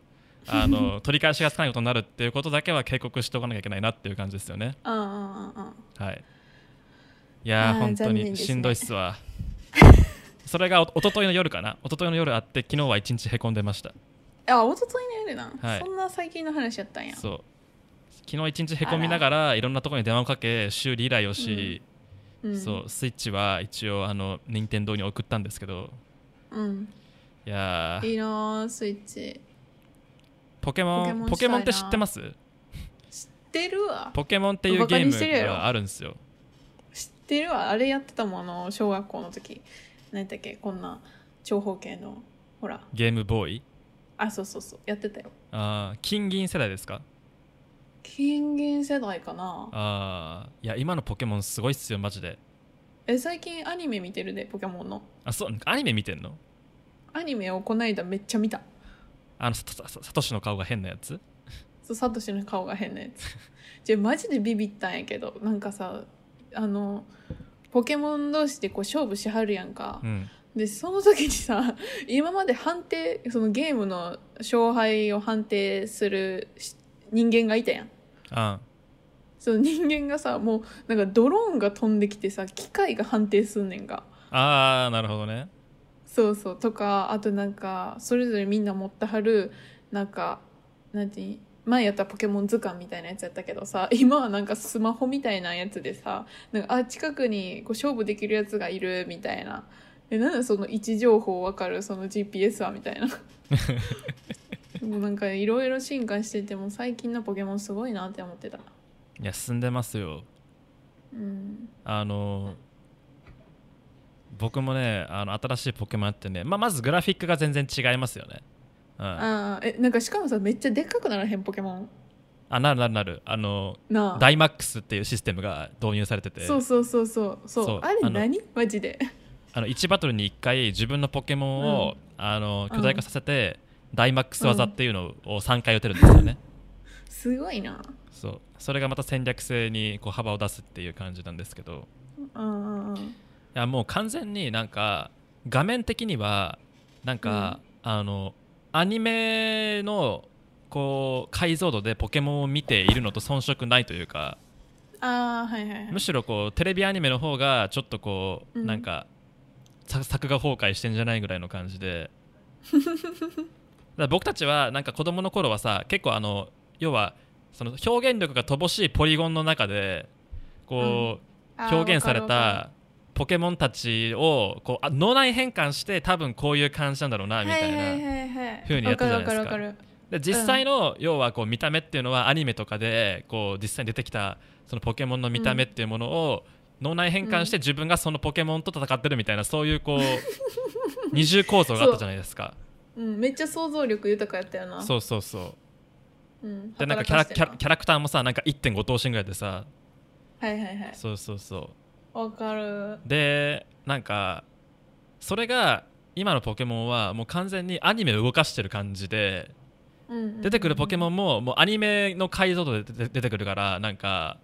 Speaker 2: あ の取り返しがつかないことになるっていうことだけは警告しておかなきゃいけないなっていう感じですよね
Speaker 1: うん、あああああ
Speaker 2: はいいやー
Speaker 1: あー
Speaker 2: 本当
Speaker 1: 残念
Speaker 2: に
Speaker 1: ですね
Speaker 2: しんどいっす わそれがおおとといの夜かなおとといの夜あって昨日は一日へこんでました
Speaker 1: あああ一昨日の夜な、
Speaker 2: はい
Speaker 1: そんな最近の話やったんや
Speaker 2: そう昨日一日へこみながらいろんなところに電話をかけ修理依頼をし、
Speaker 1: う,、ん、
Speaker 2: そうスイッチは一応あの任天堂に送ったんですけど
Speaker 1: うん、
Speaker 2: いやー
Speaker 1: いいなあスイッチ
Speaker 2: ポケモンポ
Speaker 1: ポ
Speaker 2: ケ
Speaker 1: ケ
Speaker 2: モ
Speaker 1: モ
Speaker 2: ン
Speaker 1: ン
Speaker 2: っ
Speaker 1: してたいな
Speaker 2: 知ってます
Speaker 1: 出るわ
Speaker 2: ポケモンっていう
Speaker 1: バ
Speaker 2: ゲ
Speaker 1: カ
Speaker 2: ー
Speaker 1: にしてるや
Speaker 2: ム
Speaker 1: ろ
Speaker 2: があるんですよ
Speaker 1: 知ってるわあれやってたもんあの小学校の時何だっけこんな長方形のほら
Speaker 2: ゲームボーイ
Speaker 1: あそうそうそうやってたよ
Speaker 2: あー金銀世代ですか
Speaker 1: 金銀世代かな
Speaker 2: あーいや今のポケモンすごいっすよマジで
Speaker 1: え最近アニメ見てるでポケモンの
Speaker 2: あそうアニメ見てんの
Speaker 1: アニメをこないだめっちゃ見た
Speaker 2: あのサトサササトシの顔が変なやつ
Speaker 1: そうサトシの顔が変なやつじゃマジでビビったんやけどなんかさあのポケモン同士でこう勝負しはるやんか
Speaker 2: う、ん
Speaker 1: でその時にさ今まで判定そのゲームの勝敗を判定するし人間がいたやん
Speaker 2: あ
Speaker 1: その人間がさもうなんかドローンが飛んできてさ機械が判定すんねんが
Speaker 2: ーあーなるほどね
Speaker 1: そうそうとかあとなんかそれぞれみんな持ってはるなんかなんていうん前やったらポケモン図鑑みたいなやつやったけどさ 今はなんかスマホみたいなやつでさなんかあ近くにこう勝負できるやつがいるみたいなえなんだその位置情報わかるその GPS はみたいなもうなんかいろいろ進化してても最近のポケモンすごいなって思ってた
Speaker 2: いや進んでますよ
Speaker 1: うん
Speaker 2: あの僕もねあの新しいポケモンあってね、まあ、まずグラフィックが全然違いますよね、うん、あ
Speaker 1: ああえなんかしかもさめっちゃでっかくならへんポケモン
Speaker 2: なるなるなるあの
Speaker 1: なあ
Speaker 2: ダイマックスっていうシステムが導入されてて
Speaker 1: そうそうそうそうそう
Speaker 2: そう
Speaker 1: あれ
Speaker 2: あの
Speaker 1: 何マジで
Speaker 2: あの1バトルに1回自分のポケモンを、
Speaker 1: う
Speaker 2: あの
Speaker 1: うん
Speaker 2: 巨大化させて、ダイマックス技っていうのを3回打てるんですよね、
Speaker 1: すごいな
Speaker 2: そうそれがまた戦略性にこう幅を出すっていう感じなんですけど
Speaker 1: うんうんうん
Speaker 2: いやもう完全になんか画面的にはなんか、あのアニメのこう解像度でポケモンを見ているのと遜色ないというか
Speaker 1: ああはいはいはい
Speaker 2: むしろこうテレビアニメの方がちょっとこう、
Speaker 1: うん
Speaker 2: なんかさ作画崩壊してんじゃないぐらいの感じ でだから僕たちはなんか子供の頃はさ結構あの要はその表現力が乏しいポリゴンの中でこう、
Speaker 1: あー
Speaker 2: 表現され
Speaker 1: わかるわか
Speaker 2: たポケモンたちをこうあ脳内変換して多分こういう感じなんだろうな
Speaker 1: る
Speaker 2: みたいな、
Speaker 1: はいはいはいはい
Speaker 2: 風にやったじゃな
Speaker 1: わ
Speaker 2: いですか
Speaker 1: かるわかるわかる
Speaker 2: で実際の、要はこう見た目っていうのはアニメとかでこう実際に出てきたそのポケモンの見た目っていうものを脳内変換して自分がそのポケモンと戦ってるみたいなそういう こう二重構造があったじゃないですか
Speaker 1: うんめっちゃ想像力豊かやったよな
Speaker 2: そうそうそう
Speaker 1: う、ん、
Speaker 2: でなんか
Speaker 1: 働
Speaker 2: キ
Speaker 1: せて
Speaker 2: ャラキャ
Speaker 1: な
Speaker 2: ラキャラクターもさなんか1.5等身ぐらいでさ
Speaker 1: はいはいはい
Speaker 2: そうそうそ
Speaker 1: わかる
Speaker 2: うでなんかそれが今のポケモンはもう完全にアニメを動かしてる感じで出てくるポケモ
Speaker 1: ン
Speaker 2: ンももうアニメの解像度で出て出てくるからなんか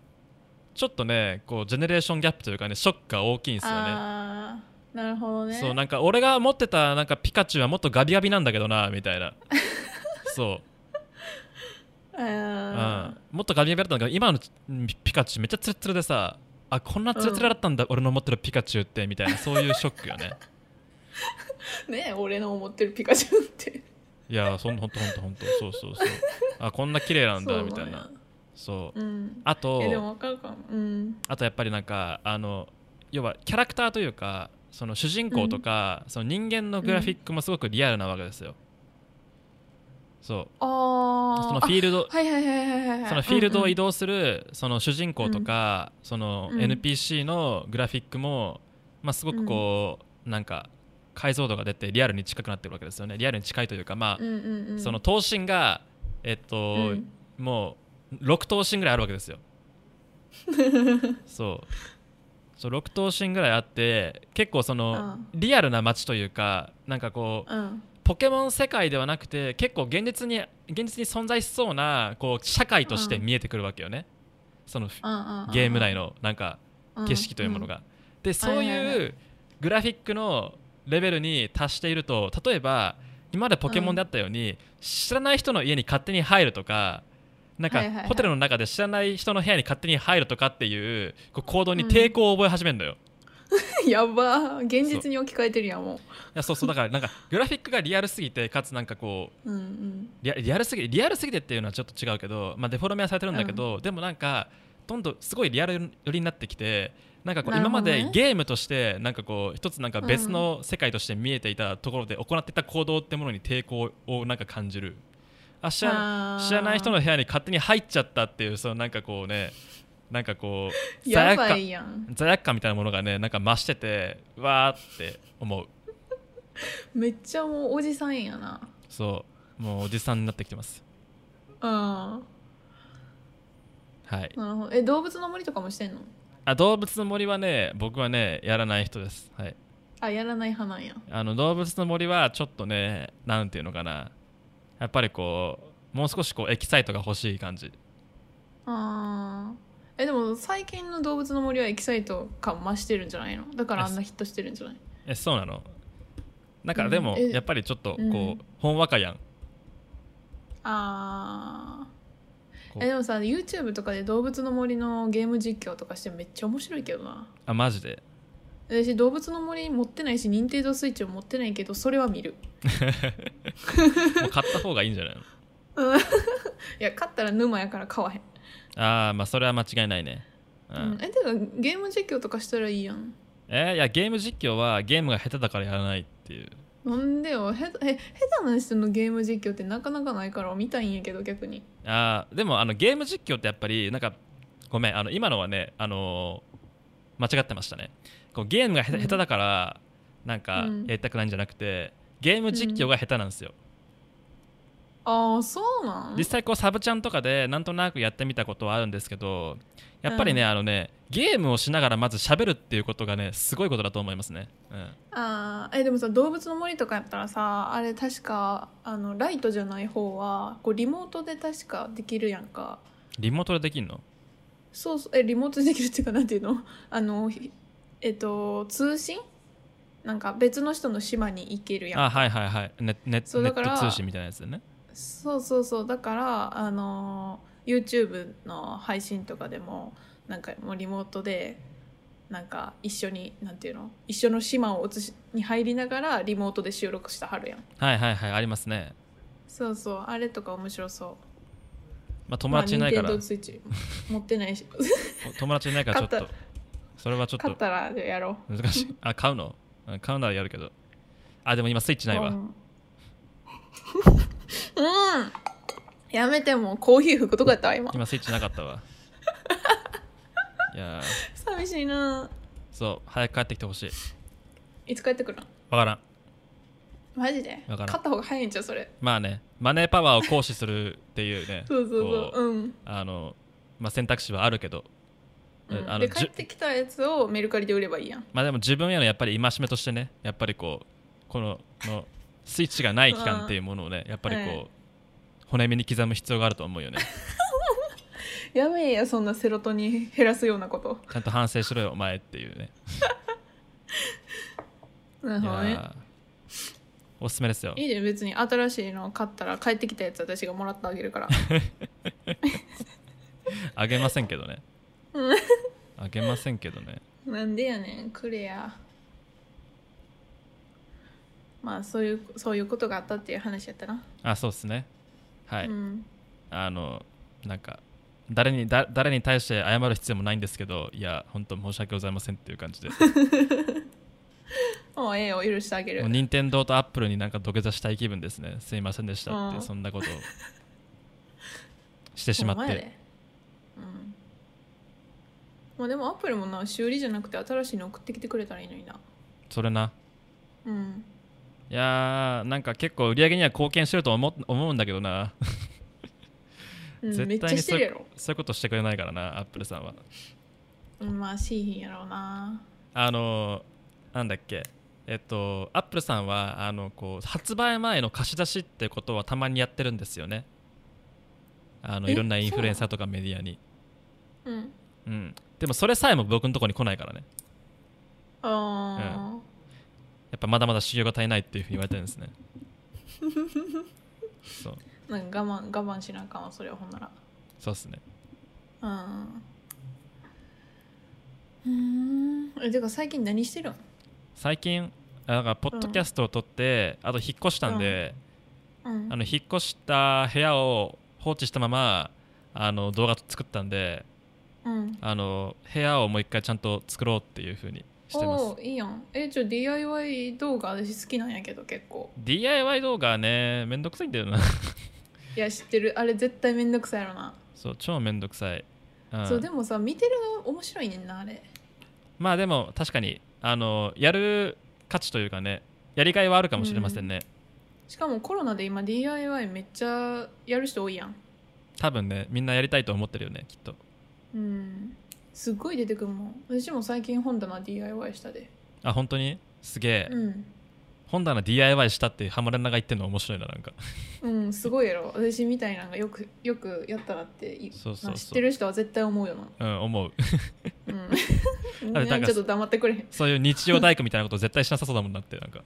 Speaker 2: ちょっとねこうジェネレーションギャップというかねショックが大きいんですよね
Speaker 1: ああなるほどね
Speaker 2: そうなんか俺が持ってたなんかピカチュウはもっとガビガビなんだけどなみた いなそう、うん、
Speaker 1: あ
Speaker 2: もっとガビガビだったんだけど今のうんピカチュウめっちゃツルツルでさあこんなツルツルだったんだ、俺の持ってるピカチュウってみたいなそういうショックよね
Speaker 1: ーねえ俺の思ってるピカチュウって
Speaker 2: いやそんほんとほんとほんとそうそうそうあこんな綺麗なんだみたいなそう
Speaker 1: そうなんやうん
Speaker 2: あと
Speaker 1: えでもわかるかもうん
Speaker 2: あとやっぱりなんかあの要はキャラクターというかその主人公とか、その人間のグラフィックもすごくリアルなわけですよ、そう
Speaker 1: ああ
Speaker 2: そのフィールド
Speaker 1: はいはいはいはいはい
Speaker 2: そのフィールドを移
Speaker 1: 動、
Speaker 2: 動する、その主人公とか、その
Speaker 1: うん
Speaker 2: NPC のグラフィックも、まあ、すごくこう、なんか解像度が出てリアルに近くなってるわけですよねリアルに近いというかまあ
Speaker 1: う、んうんうんうん、
Speaker 2: その頭身がえっと、
Speaker 1: うん
Speaker 2: もう6頭身ぐらいあるわけですよそうそう6等身ぐらいあって結構その
Speaker 1: うん
Speaker 2: リアルな街というかなんかこう
Speaker 1: うん
Speaker 2: ポケモン世界ではなくて結構現実に現実に存在しそうなこう社会として見えてくるわけよね、その
Speaker 1: うんうん
Speaker 2: ゲーム内のなんか景色というもの、が、でそう
Speaker 1: はいはい
Speaker 2: い
Speaker 1: は
Speaker 2: うグラフィックのレベルに達していると例えば今までポケモンであったように、知らない人の家に勝手に入るとかなんか
Speaker 1: はいはいはい
Speaker 2: ホテルの中で知らない人の部屋に勝手に入るとかっていうこう行動に抵抗を覚え始めるのよ、
Speaker 1: うんやばー現実に置き換えてるやんも
Speaker 2: いやそうそうだからなんかグラフィックがリアルすぎてかつなんかこう
Speaker 1: う、うんうん、
Speaker 2: リアリアルすぎリアルすぎてっていうのはちょっと違うけど、まあ、デフォルメはされてるんだけど、でもなんかどんどんすごいリアル寄りになってきてなんかこう
Speaker 1: なる
Speaker 2: 今
Speaker 1: ほ
Speaker 2: ま
Speaker 1: どね
Speaker 2: でゲームとしてなんかこう一つなんか別の世界として見えていたところで行っていた行動ってものに抵抗をなんか感じるあ知ら
Speaker 1: あー
Speaker 2: 知らない人の部屋に勝手に入っちゃったっていうそのなんかこうねなんか こう罪
Speaker 1: や
Speaker 2: 悪
Speaker 1: ば
Speaker 2: 感
Speaker 1: いやん
Speaker 2: 罪悪感みたいなものがねなんか増しててうわーって思う
Speaker 1: めっちゃもうおじさんやな
Speaker 2: そうもうおじさんになってきてます
Speaker 1: うん
Speaker 2: はい
Speaker 1: なるほどえ動物の森とかもしてんの
Speaker 2: あ動物の森はね僕はねやらない人です、はい、
Speaker 1: あやらない派なんや
Speaker 2: あの動物の森はちょっとねなんていうのかなやっぱりこうもう少しこうエキサイトが欲しい感じ
Speaker 1: あーえでも最近の動物の森はエキサイト感増してるんじゃないのだからあんなヒットしてるんじゃない
Speaker 2: えそうなの
Speaker 1: う
Speaker 2: なんか
Speaker 1: ん
Speaker 2: でも
Speaker 1: え
Speaker 2: やっぱりちょっとこう、
Speaker 1: うん
Speaker 2: ほんわかやん
Speaker 1: あ
Speaker 2: こ
Speaker 1: ー
Speaker 2: う
Speaker 1: えでもさ YouTube とかで動物の森のゲーム実況とかしてめっちゃ面白いけどな
Speaker 2: あマジで
Speaker 1: 私動物の森持ってないし任天堂スイッチも持ってないけどそれは見る
Speaker 2: もう買った方がいいんじゃないの
Speaker 1: いや勝ったら沼やから買わへん、
Speaker 2: ああまあそれは間違いないね、うん
Speaker 1: うん、えてかゲーム実況とかしたらいいやん
Speaker 2: えいやゲーム実況はゲームが下手だからやらないっていう
Speaker 1: なんでよへえ下手な人のゲーム実況ってなかなかないから見たいんやけど逆に
Speaker 2: あーでもあのゲーム実況ってやっぱりなんかごめんあの今のはね、あのー間違ってましたねこうゲームが下手
Speaker 1: うん
Speaker 2: 下手だからなんか
Speaker 1: うん
Speaker 2: やりたくないんじゃなくてゲーム実況が下手なんですよ、
Speaker 1: ああそうなん
Speaker 2: 実際こうサブチャンとかでなんとなくやってみたことはあるんですけどやっぱりね、
Speaker 1: う
Speaker 2: あのねゲームをしながらまず喋るっていうことがねすごいことだと思いますね、うん、
Speaker 1: あーえでもさ動物の森とかやったらさあれ確かあのライトじゃない方はこうリモートで確かできるやんか
Speaker 2: リモートでできるの
Speaker 1: そうそうえリモートでできるっていうかなんていうの あのひえっと通信なんか別の人の島に行けるやん
Speaker 2: あはいはいはいネネネ
Speaker 1: そうだ
Speaker 2: ッ
Speaker 1: から
Speaker 2: ト通信みたいなやつでね
Speaker 1: そうそうそうだからあの YouTube の配信とかでもなんかもうリモートでなんか一緒になんていうの一緒の島を映しに入りながらリモートで収録したはるやん
Speaker 2: はいはいはいありますね、
Speaker 1: そうそうあれとか面白そう
Speaker 2: まあ、友達いないから、
Speaker 1: まあ、Nintendo Switch 持ってない し
Speaker 2: お友達いないからちょっ
Speaker 1: 買
Speaker 2: と
Speaker 1: っ
Speaker 2: それはちょっ
Speaker 1: 買
Speaker 2: と
Speaker 1: ったらやろ
Speaker 2: 難しいあ買うのうん買うならやるけどあでも今スイッチ
Speaker 1: う
Speaker 2: ないわ、
Speaker 1: うんうんやめてもうコーヒー吹くとこやったわ今
Speaker 2: 今スイッチなかったわいやー
Speaker 1: 寂しいな
Speaker 2: そう早く帰ってきてほしい
Speaker 1: いつ帰ってくるの
Speaker 2: わからん
Speaker 1: マジで
Speaker 2: わからん
Speaker 1: 買った方が早いんちゃうそれ
Speaker 2: まあねマネーパワーを行使するっていうね
Speaker 1: そうそう
Speaker 2: こ
Speaker 1: そううん
Speaker 2: あの、まあ、選択肢はあるけど、
Speaker 1: う
Speaker 2: あ
Speaker 1: ん、
Speaker 2: の
Speaker 1: で
Speaker 2: じゅ
Speaker 1: 帰ってきたやつをメルカリで売ればいいやん
Speaker 2: まあでも自分へのやっぱり戒めとしてねやっぱりこうこののスイッチがない期間っていうものをねやっぱりこう、
Speaker 1: はい
Speaker 2: 骨身に刻む必要があると思うよね
Speaker 1: やめえやそんなセロトニン減らすようなこと
Speaker 2: ちゃんと反省しろよお前っていうね
Speaker 1: なる
Speaker 2: い
Speaker 1: ほ
Speaker 2: や
Speaker 1: どね
Speaker 2: ーおすすめですよ
Speaker 1: いいね別に新しいの買ったら帰ってきたやつ私がもらってあげる から
Speaker 2: あげませんけどね
Speaker 1: うん
Speaker 2: あげませんけどね
Speaker 1: なんでやねんくれやまあそういうそういうことがあったっていう話やったな、
Speaker 2: あそうですねはい、
Speaker 1: うん
Speaker 2: あのなんか誰にだ誰に対して謝る必要もないんですけどいや本当申し訳ございませんっていう感じで も
Speaker 1: もうええよ許してあげる
Speaker 2: う任天堂とアップルになんか土下座したい気分ですねすいませんでしたって、
Speaker 1: うん
Speaker 2: そんなことをしてしまっ
Speaker 1: ほんや
Speaker 2: て
Speaker 1: でうんまあでもアプリもな修理じゃなくて新しいの送ってきてくれたらいいのにな
Speaker 2: それな
Speaker 1: うん
Speaker 2: いやーなんか結構売り上げには貢献してると思思うんだけどな
Speaker 1: うん、め
Speaker 2: 絶
Speaker 1: っちゃ
Speaker 2: 対に
Speaker 1: して
Speaker 2: そう
Speaker 1: るやろ
Speaker 2: そういうことしてくれないからなアップルさんは
Speaker 1: うんまあしいひんやろうな
Speaker 2: あのなんだっけえっとアップルさんはあのこう発売前の貸し出しってことはたまにやってるんですよねあの
Speaker 1: え
Speaker 2: いろんなインフルエンサーとかメディアに
Speaker 1: うん
Speaker 2: うんでもそれさえも僕のところに来ないからね
Speaker 1: あ
Speaker 2: やっぱまだまだ修行が足りないっていうふうに言われてるんです ねそう
Speaker 1: ー、なんか我慢我慢しなあかんわそれはほんなら
Speaker 2: そうっすね
Speaker 1: うんうーんえてか最近何してるん
Speaker 2: 最近あなんかポッドキャストを撮って、あと引っ越したんで、
Speaker 1: うん
Speaker 2: あの引っ越した部屋を放置したままあの動画作ったんで
Speaker 1: うん
Speaker 2: あの部屋をもう一回ちゃんと作ろうっていうふうにしてま
Speaker 1: お
Speaker 2: す
Speaker 1: ーいいやんえちょ DIY 動画私好きなんやけど結構
Speaker 2: DIY 動画はねめんどくさいんだよな
Speaker 1: いや知ってるあれ絶対めんどくさいやろな、
Speaker 2: そう超めんどくさい、うん
Speaker 1: そうでもさ見てるの面白いねんなあれ
Speaker 2: まあでも確かにあのやる価値というかねやりがいはあるかもしれませんね、
Speaker 1: しかもコロナで今 DIY めっちゃやる人多いやん
Speaker 2: 多分ねみんなやりたいと思ってるよねきっと
Speaker 1: うんすっごい出てくるもん私も最近本棚 DIY したで
Speaker 2: あ本当にすげえ、
Speaker 1: うん
Speaker 2: 本棚 DIY したってハマらなが言ってんの面白いななんか
Speaker 1: うんすごいやろ私みたいなのがよくよくやったらってい
Speaker 2: そうそうそう
Speaker 1: な知ってる人は絶対思うよな
Speaker 2: うん思う
Speaker 1: うん
Speaker 2: あれなんか
Speaker 1: ちょっと黙ってくれへん
Speaker 2: そういう日曜大工みたいなこと絶対しなさそうだもんなってなんか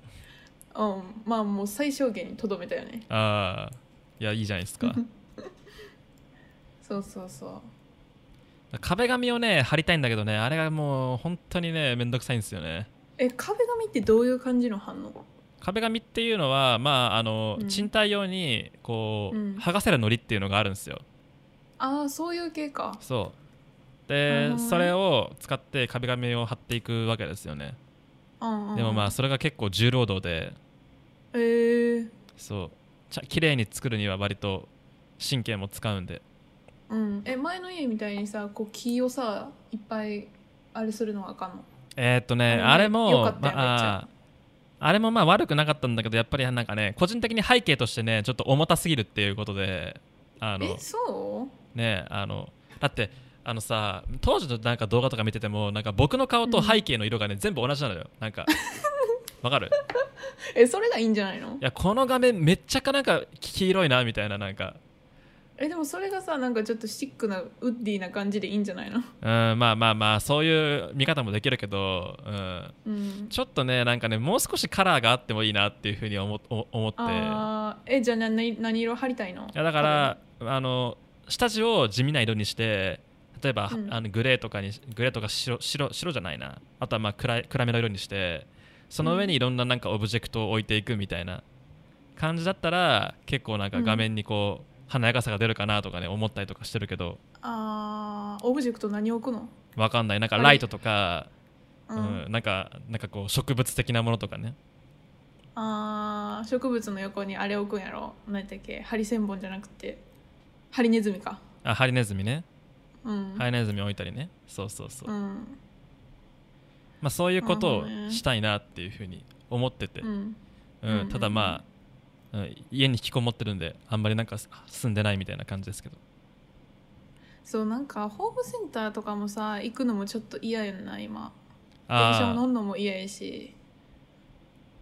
Speaker 1: うんまあもう最小限にとどめたよね
Speaker 2: ああいやいいじゃないですか
Speaker 1: そうそうそ
Speaker 2: 壁紙をね貼りたいんだけどねあれがもう本当にねめんどくさいんですよね
Speaker 1: うえ壁紙ってどういう感じの反応
Speaker 2: 壁紙っていうのはまああの、
Speaker 1: うん
Speaker 2: 賃貸用にこう、
Speaker 1: うん
Speaker 2: 剥がせるのりっていうのがあるんですよ
Speaker 1: ああそういう系か
Speaker 2: そうで、
Speaker 1: うん
Speaker 2: それを使って壁紙を貼っていくわけですよね
Speaker 1: うん、うん、
Speaker 2: でもまあそれが結構重労働で
Speaker 1: えー、
Speaker 2: そうちゃ綺麗に作るには割と神経も使うんで
Speaker 1: うんえ前の家みたいにさこう木をさいっぱいあれするのはあかんの
Speaker 2: えーっとね、あ
Speaker 1: あ
Speaker 2: れ
Speaker 1: れね
Speaker 2: も、
Speaker 1: 良かったよ
Speaker 2: まあ、あれもまあ悪くなかったんだけど、やっぱりなんかね、個人的に背景としてね、ちょっと重たすぎるっていうことで、あの
Speaker 1: え、そ
Speaker 2: ね、あの、だって、あのさ当時のなんか動画とか見ててもなんか僕の顔と背景の色がね、全部同じなのよなんか わかる
Speaker 1: うえそれがいいんじゃないの
Speaker 2: いやこの画面めっちゃかなんか黄色いなみたいななんか
Speaker 1: えでもそれがさなんかちょっとシックなウッディな感じでいいんじゃないの
Speaker 2: うんまあまあまあそういう見方もできるけど、うん、
Speaker 1: うん
Speaker 2: ちょっとねなんかねもう少しカラーがあってもいいなっていうふうに思お思って
Speaker 1: あーえじゃあ何何色貼りたいの
Speaker 2: いやだからあの下地を地味な色にして例えば、
Speaker 1: うん
Speaker 2: あのグレーとかにグレーとか白白白じゃないなあとはまあ暗い暗めの色にしてその上にいろんななんかオブジェクトを置いていくみたいな感じだったら結構なんか画面にこう、華やかさが出るかなとかね思ったりとかしてるけど
Speaker 1: あーオブジェクト何置くの
Speaker 2: わかんないなんか
Speaker 1: あれ
Speaker 2: ライトとか、
Speaker 1: う
Speaker 2: うんなんかなんかこう植物的なものとかね
Speaker 1: あー植物の横にあれ置くんやろ何やったっけハリセンボンじゃなくてハリネズミか
Speaker 2: あハリネズミね
Speaker 1: うん、
Speaker 2: ハリネズミ置いたりねそうそうそう、
Speaker 1: うん
Speaker 2: まあ、そういうことを
Speaker 1: なるほどね
Speaker 2: したいなっていうふうに思ってて、
Speaker 1: うん
Speaker 2: う
Speaker 1: うんうん
Speaker 2: ん、ただまあ、うん家に引きこもってるんであんまりなんかす住んでないみたいな感じですけど
Speaker 1: そうなんかホームセンターとかもさ行くのもちょっと嫌やんな今電車を乗
Speaker 2: あ
Speaker 1: んのも嫌やし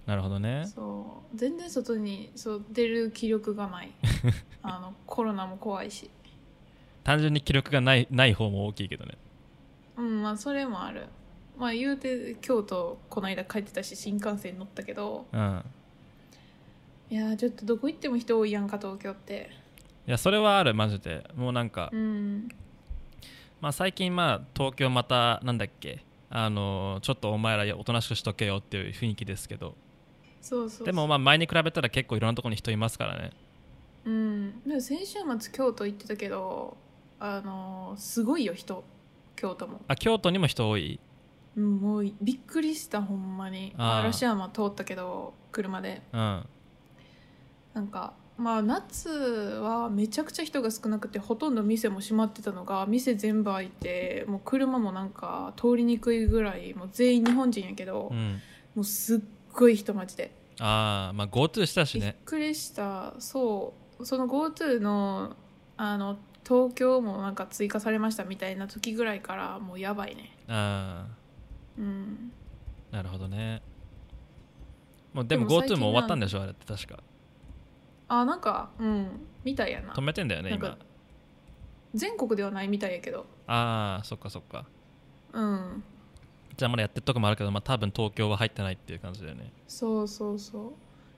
Speaker 2: あなるほどね
Speaker 1: そう全然外にそう出る気力がない あのコロナも怖いし
Speaker 2: 単純に気力がないない方も大きいけどね
Speaker 1: うんまあそれもあるまあ言うて京都この間帰ってたし新幹線乗ったけど
Speaker 2: うん
Speaker 1: いやーちょっとどこ行っても人多いやんか東京って
Speaker 2: いやそれはあるマジでもうなんか、
Speaker 1: うん
Speaker 2: まあ、最近まあ東京またなんだっけあのーちょっとお前らおとなしくしとけよっていう雰囲気ですけど
Speaker 1: そうそうそう
Speaker 2: でもまあ前に比べたら結構いろんなところに人いますからね
Speaker 1: うんでも先週末京都行ってたけどあのーすごいよ人京都も
Speaker 2: あ京都にも人多い
Speaker 1: うんもうびっくりしたほんまに
Speaker 2: あー
Speaker 1: 嵐山通ったけど車で
Speaker 2: うん
Speaker 1: なんかまあ夏はめちゃくちゃ人が少なくてほとんど店も閉まってたのが店全部開いてもう車もなんか通りにくいぐらいもう全員日本人やけど、
Speaker 2: う
Speaker 1: も
Speaker 2: ん
Speaker 1: うすっごい人待ちで、
Speaker 2: ああまあ GoTo したし
Speaker 1: びっ
Speaker 2: ね
Speaker 1: くりしたそうその GoTo のあの東京もなんか追加されましたみたいな時ぐらいからもうやばいね
Speaker 2: あ
Speaker 1: うん
Speaker 2: ーなるほどねもうでも
Speaker 1: でも最
Speaker 2: GoTo
Speaker 1: 近
Speaker 2: も終わったんでしょあれって確か
Speaker 1: あなんかうんみたいやな
Speaker 2: 止めてんだよね
Speaker 1: なん
Speaker 2: 今
Speaker 1: か全国ではないみたいやけど
Speaker 2: ああそっかそっか
Speaker 1: うん
Speaker 2: じゃあまだやってるとこもあるけど、まあ、多分東京は入ってないっていう感じだよね
Speaker 1: そうそうそう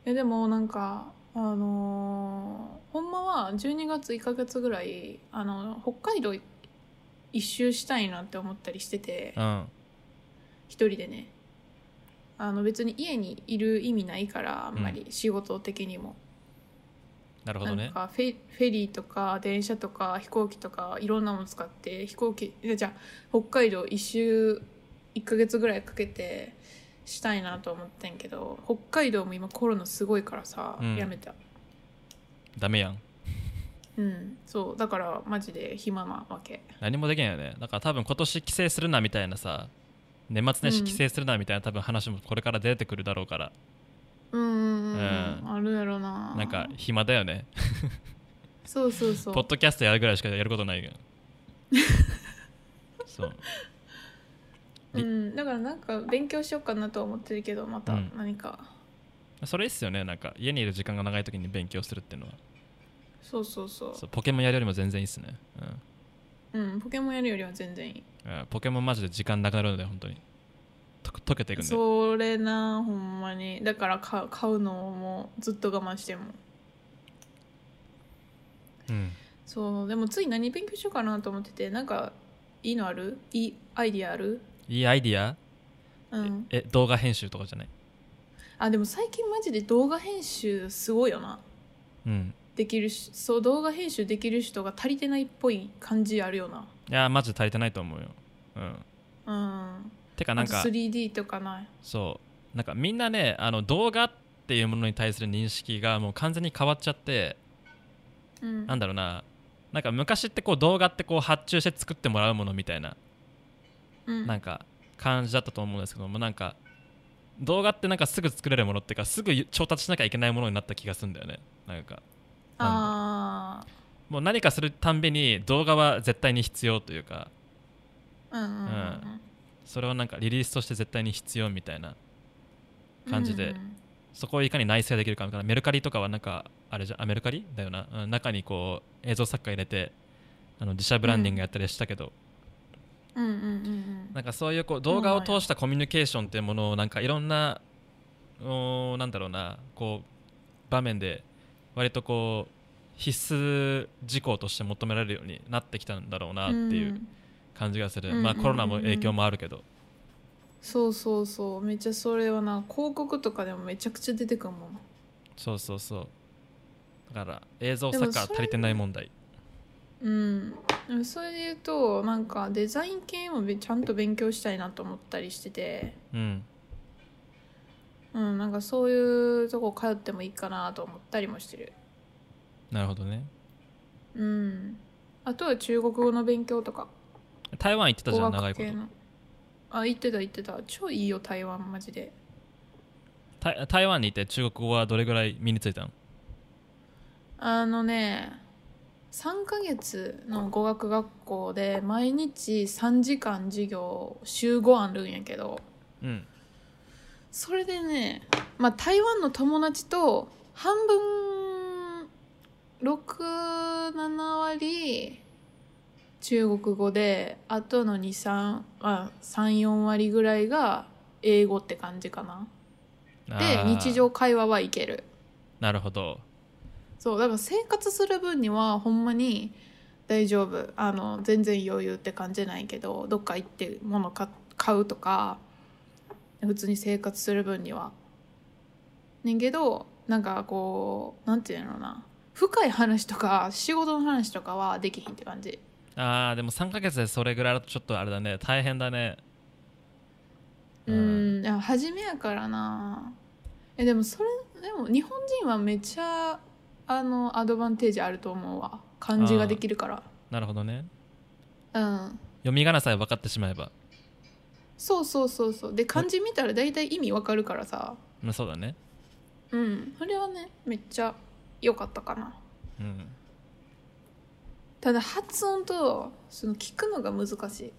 Speaker 1: えでもなんかあのーほんまは12月1ヶ月ぐらいあの北海道一周したいなって思ったりしてて
Speaker 2: うん
Speaker 1: 一人でねあの別に家にいる意味ないからあんまり仕事的にも、
Speaker 2: なるほど
Speaker 1: な
Speaker 2: ね
Speaker 1: んかフェフェリーとか電車とか飛行機とかいろんなもの使って飛行機えじゃあ北海道一周1ヶ月ぐらいかけてしたいなと思ってんけど北海道も今コロナすごいからさ、
Speaker 2: うん
Speaker 1: やめた
Speaker 2: ダメやん
Speaker 1: うんそうだからマジで暇なわけ
Speaker 2: 何もできないよねだから多分今年帰省するなみたいなさ年末年始帰省するなみたいな多分話もこれから出てくるだろうから、
Speaker 1: うんうんうん、
Speaker 2: うん
Speaker 1: あるやろな
Speaker 2: なんか暇だよね
Speaker 1: そうそうそう
Speaker 2: ポッドキャストやるぐらいしかやること ないよそう
Speaker 1: うん、だからなんか勉強しようかなとは思ってるけどまた
Speaker 2: うん
Speaker 1: 何か、
Speaker 2: それいいっすよねなんか家にいる時間が長い時に勉強するっていうのは
Speaker 1: そうそうそう
Speaker 2: そうポケモンやるよりも全然いいっすね、
Speaker 1: うんポケモンやるよりは全然いい
Speaker 2: うんうんポケモンマジで時間なくなるので本当にと溶けていくんで
Speaker 1: それなほんまにだからか買うのもずっと我慢しても
Speaker 2: うん、
Speaker 1: そうでもつい何勉強しようかなと思っててなんかいいのあるいいアイディアある
Speaker 2: いいアイディア
Speaker 1: うん
Speaker 2: え動画編集とかじゃない
Speaker 1: あでも最近マジで動画編集すごいよな
Speaker 2: うん
Speaker 1: できるしそう動画編集できる人が足りてないっぽい感じあるよない
Speaker 2: やマジで足りてないと思うようん
Speaker 1: うん
Speaker 2: てかな
Speaker 1: なんん
Speaker 2: か
Speaker 1: か 3D とかない
Speaker 2: そうなんかみんなねあの動画っていうものに対する認識がもう完全に変わっちゃって
Speaker 1: うん
Speaker 2: なんだろうななんか昔ってこう動画ってこう発注して作ってもらうものみたいな
Speaker 1: うん
Speaker 2: なんか感じだったと思うんですけどもなんか動画ってなんかすぐ作れるものっていうかすぐ調達しなきゃいけないものになった気がするんだよねなんかなんだ
Speaker 1: あ
Speaker 2: もう何かするたんびに動画は絶対に必要というか
Speaker 1: あうんうんうん
Speaker 2: それをなんかリリースとして絶対に必要みたいな
Speaker 1: うん
Speaker 2: 感じで
Speaker 1: うんうん
Speaker 2: そこをいかに内製できるかみたいなメルカリとかはなんかあれじゃあメルカリだよな、うん、中にこう映像作家入れてあの自社ブランディングやったりしたけど、
Speaker 1: うんうんうん
Speaker 2: なんかそういうこう動画を通したコミュニケーションっていうものをなんかいろんなおーなんだろうなこう場面で割とこう必須事項として求められるようになってきたんだろうなっていうん感じがする、
Speaker 1: うん
Speaker 2: まあ
Speaker 1: うん
Speaker 2: コロナも影響もあるけど、
Speaker 1: そうそうそうめっちゃそれはな広告とかでもめちゃくちゃ出てくるもん
Speaker 2: そうそうそうだから映像作家は足りてない問題
Speaker 1: うんでもそれで言うとなんかデザイン系もべちゃんと勉強したいなと思ったりしてて
Speaker 2: うん
Speaker 1: うんなんかそういうとこ通ってもいいかなと思ったりもしてる
Speaker 2: なるほどね
Speaker 1: うんあとは中国語の勉強とか
Speaker 2: 台湾行ってたじゃん
Speaker 1: 語
Speaker 2: 長
Speaker 1: 学
Speaker 2: い
Speaker 1: 系
Speaker 2: こと
Speaker 1: のあ行ってた行ってた超いいよ台湾マジで
Speaker 2: 台台湾にいて中国語はどれぐらい身についたの
Speaker 1: あのね3ヶ月の語学学校で毎日3時間授業週5あるんやけど
Speaker 2: うん
Speaker 1: それでね、まあ、台湾の友達と半分67割中国語であとの234割ぐらいが英語って感じかなで
Speaker 2: あー
Speaker 1: 日常会話はいける
Speaker 2: なるほど
Speaker 1: そうだから生活する分にはほんまに大丈夫あの全然余裕って感じないけどどっか行って物か買うとか普通に生活する分にはねんけどなんかこうなんていうのな深い話とか仕事の話とかはできひんって感じ
Speaker 2: あーでも3ヶ月でそれぐらいだとちょっとあれだね大変だね
Speaker 1: う
Speaker 2: うん
Speaker 1: んいや初めやからなえでもそれでも日本人はめちゃあのアドバンテージあると思うわ漢字ができるから
Speaker 2: なるほどね
Speaker 1: うん
Speaker 2: 読み仮名さえ分かってしまえば、
Speaker 1: そうそうそうそうで漢字見たら大体意味わかるからさ
Speaker 2: まあ、そうだね
Speaker 1: うんそれはねめっちゃ良かったかな
Speaker 2: うん
Speaker 1: ただ発音とその聞くのが難しい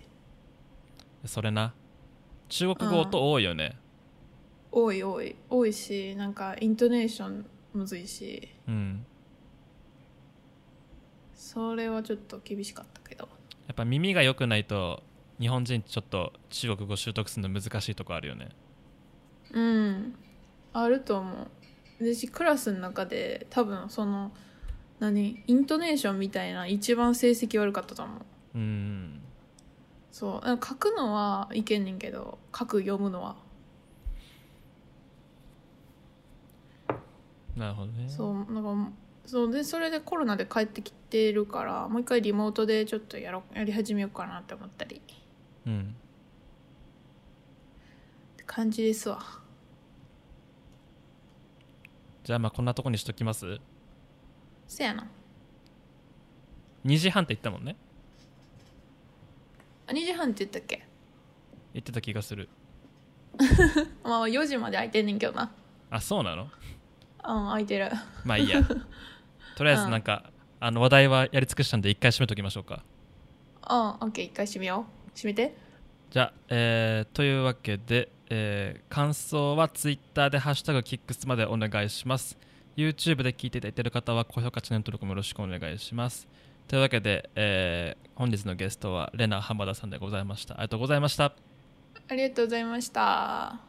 Speaker 2: それな中国語と多いよね
Speaker 1: 多い多い多いしなんかイントネーションむずいし
Speaker 2: うん
Speaker 1: それはちょっと厳しかったけど
Speaker 2: やっぱ耳が良くないと日本人ちょっと中国語習得するの難しいとこあるよね
Speaker 1: うんあると思う私クラスの中で多分その何イントネーションみたいな一番成績悪かったと思う
Speaker 2: うん
Speaker 1: そうなんか書くのはいけんねんけど書く読むのは
Speaker 2: なるほどね
Speaker 1: そうなんかそうでそれでコロナで帰ってきてるからもう一回リモートでちょっとやろやり始めようかなって思ったり
Speaker 2: うん
Speaker 1: って感じですわ
Speaker 2: じゃあまあこんなとこにしときます
Speaker 1: せやな
Speaker 2: 2時半って言ったもんね
Speaker 1: あ2時半って言ったっけ
Speaker 2: 言ってた気がする
Speaker 1: まあ4時まで空いてんねんけどな
Speaker 2: あそうなの
Speaker 1: うん空いてる
Speaker 2: まあい いやとりあえずなんか、あの話題はやり尽くしたんで一回締めときましょうか
Speaker 1: うんオッケー一回閉めよう閉めて
Speaker 2: じゃあ、えーというわけで、えー感想はツイッターで「ハッシュタグキックスまでお願いします YouTube で聞いていただいている方は高評価チャンネル登録もよろしくお願いしますというわけで、えー本日のゲストはレナ浜田さんでございましたありがとうございました
Speaker 1: ありがとうございました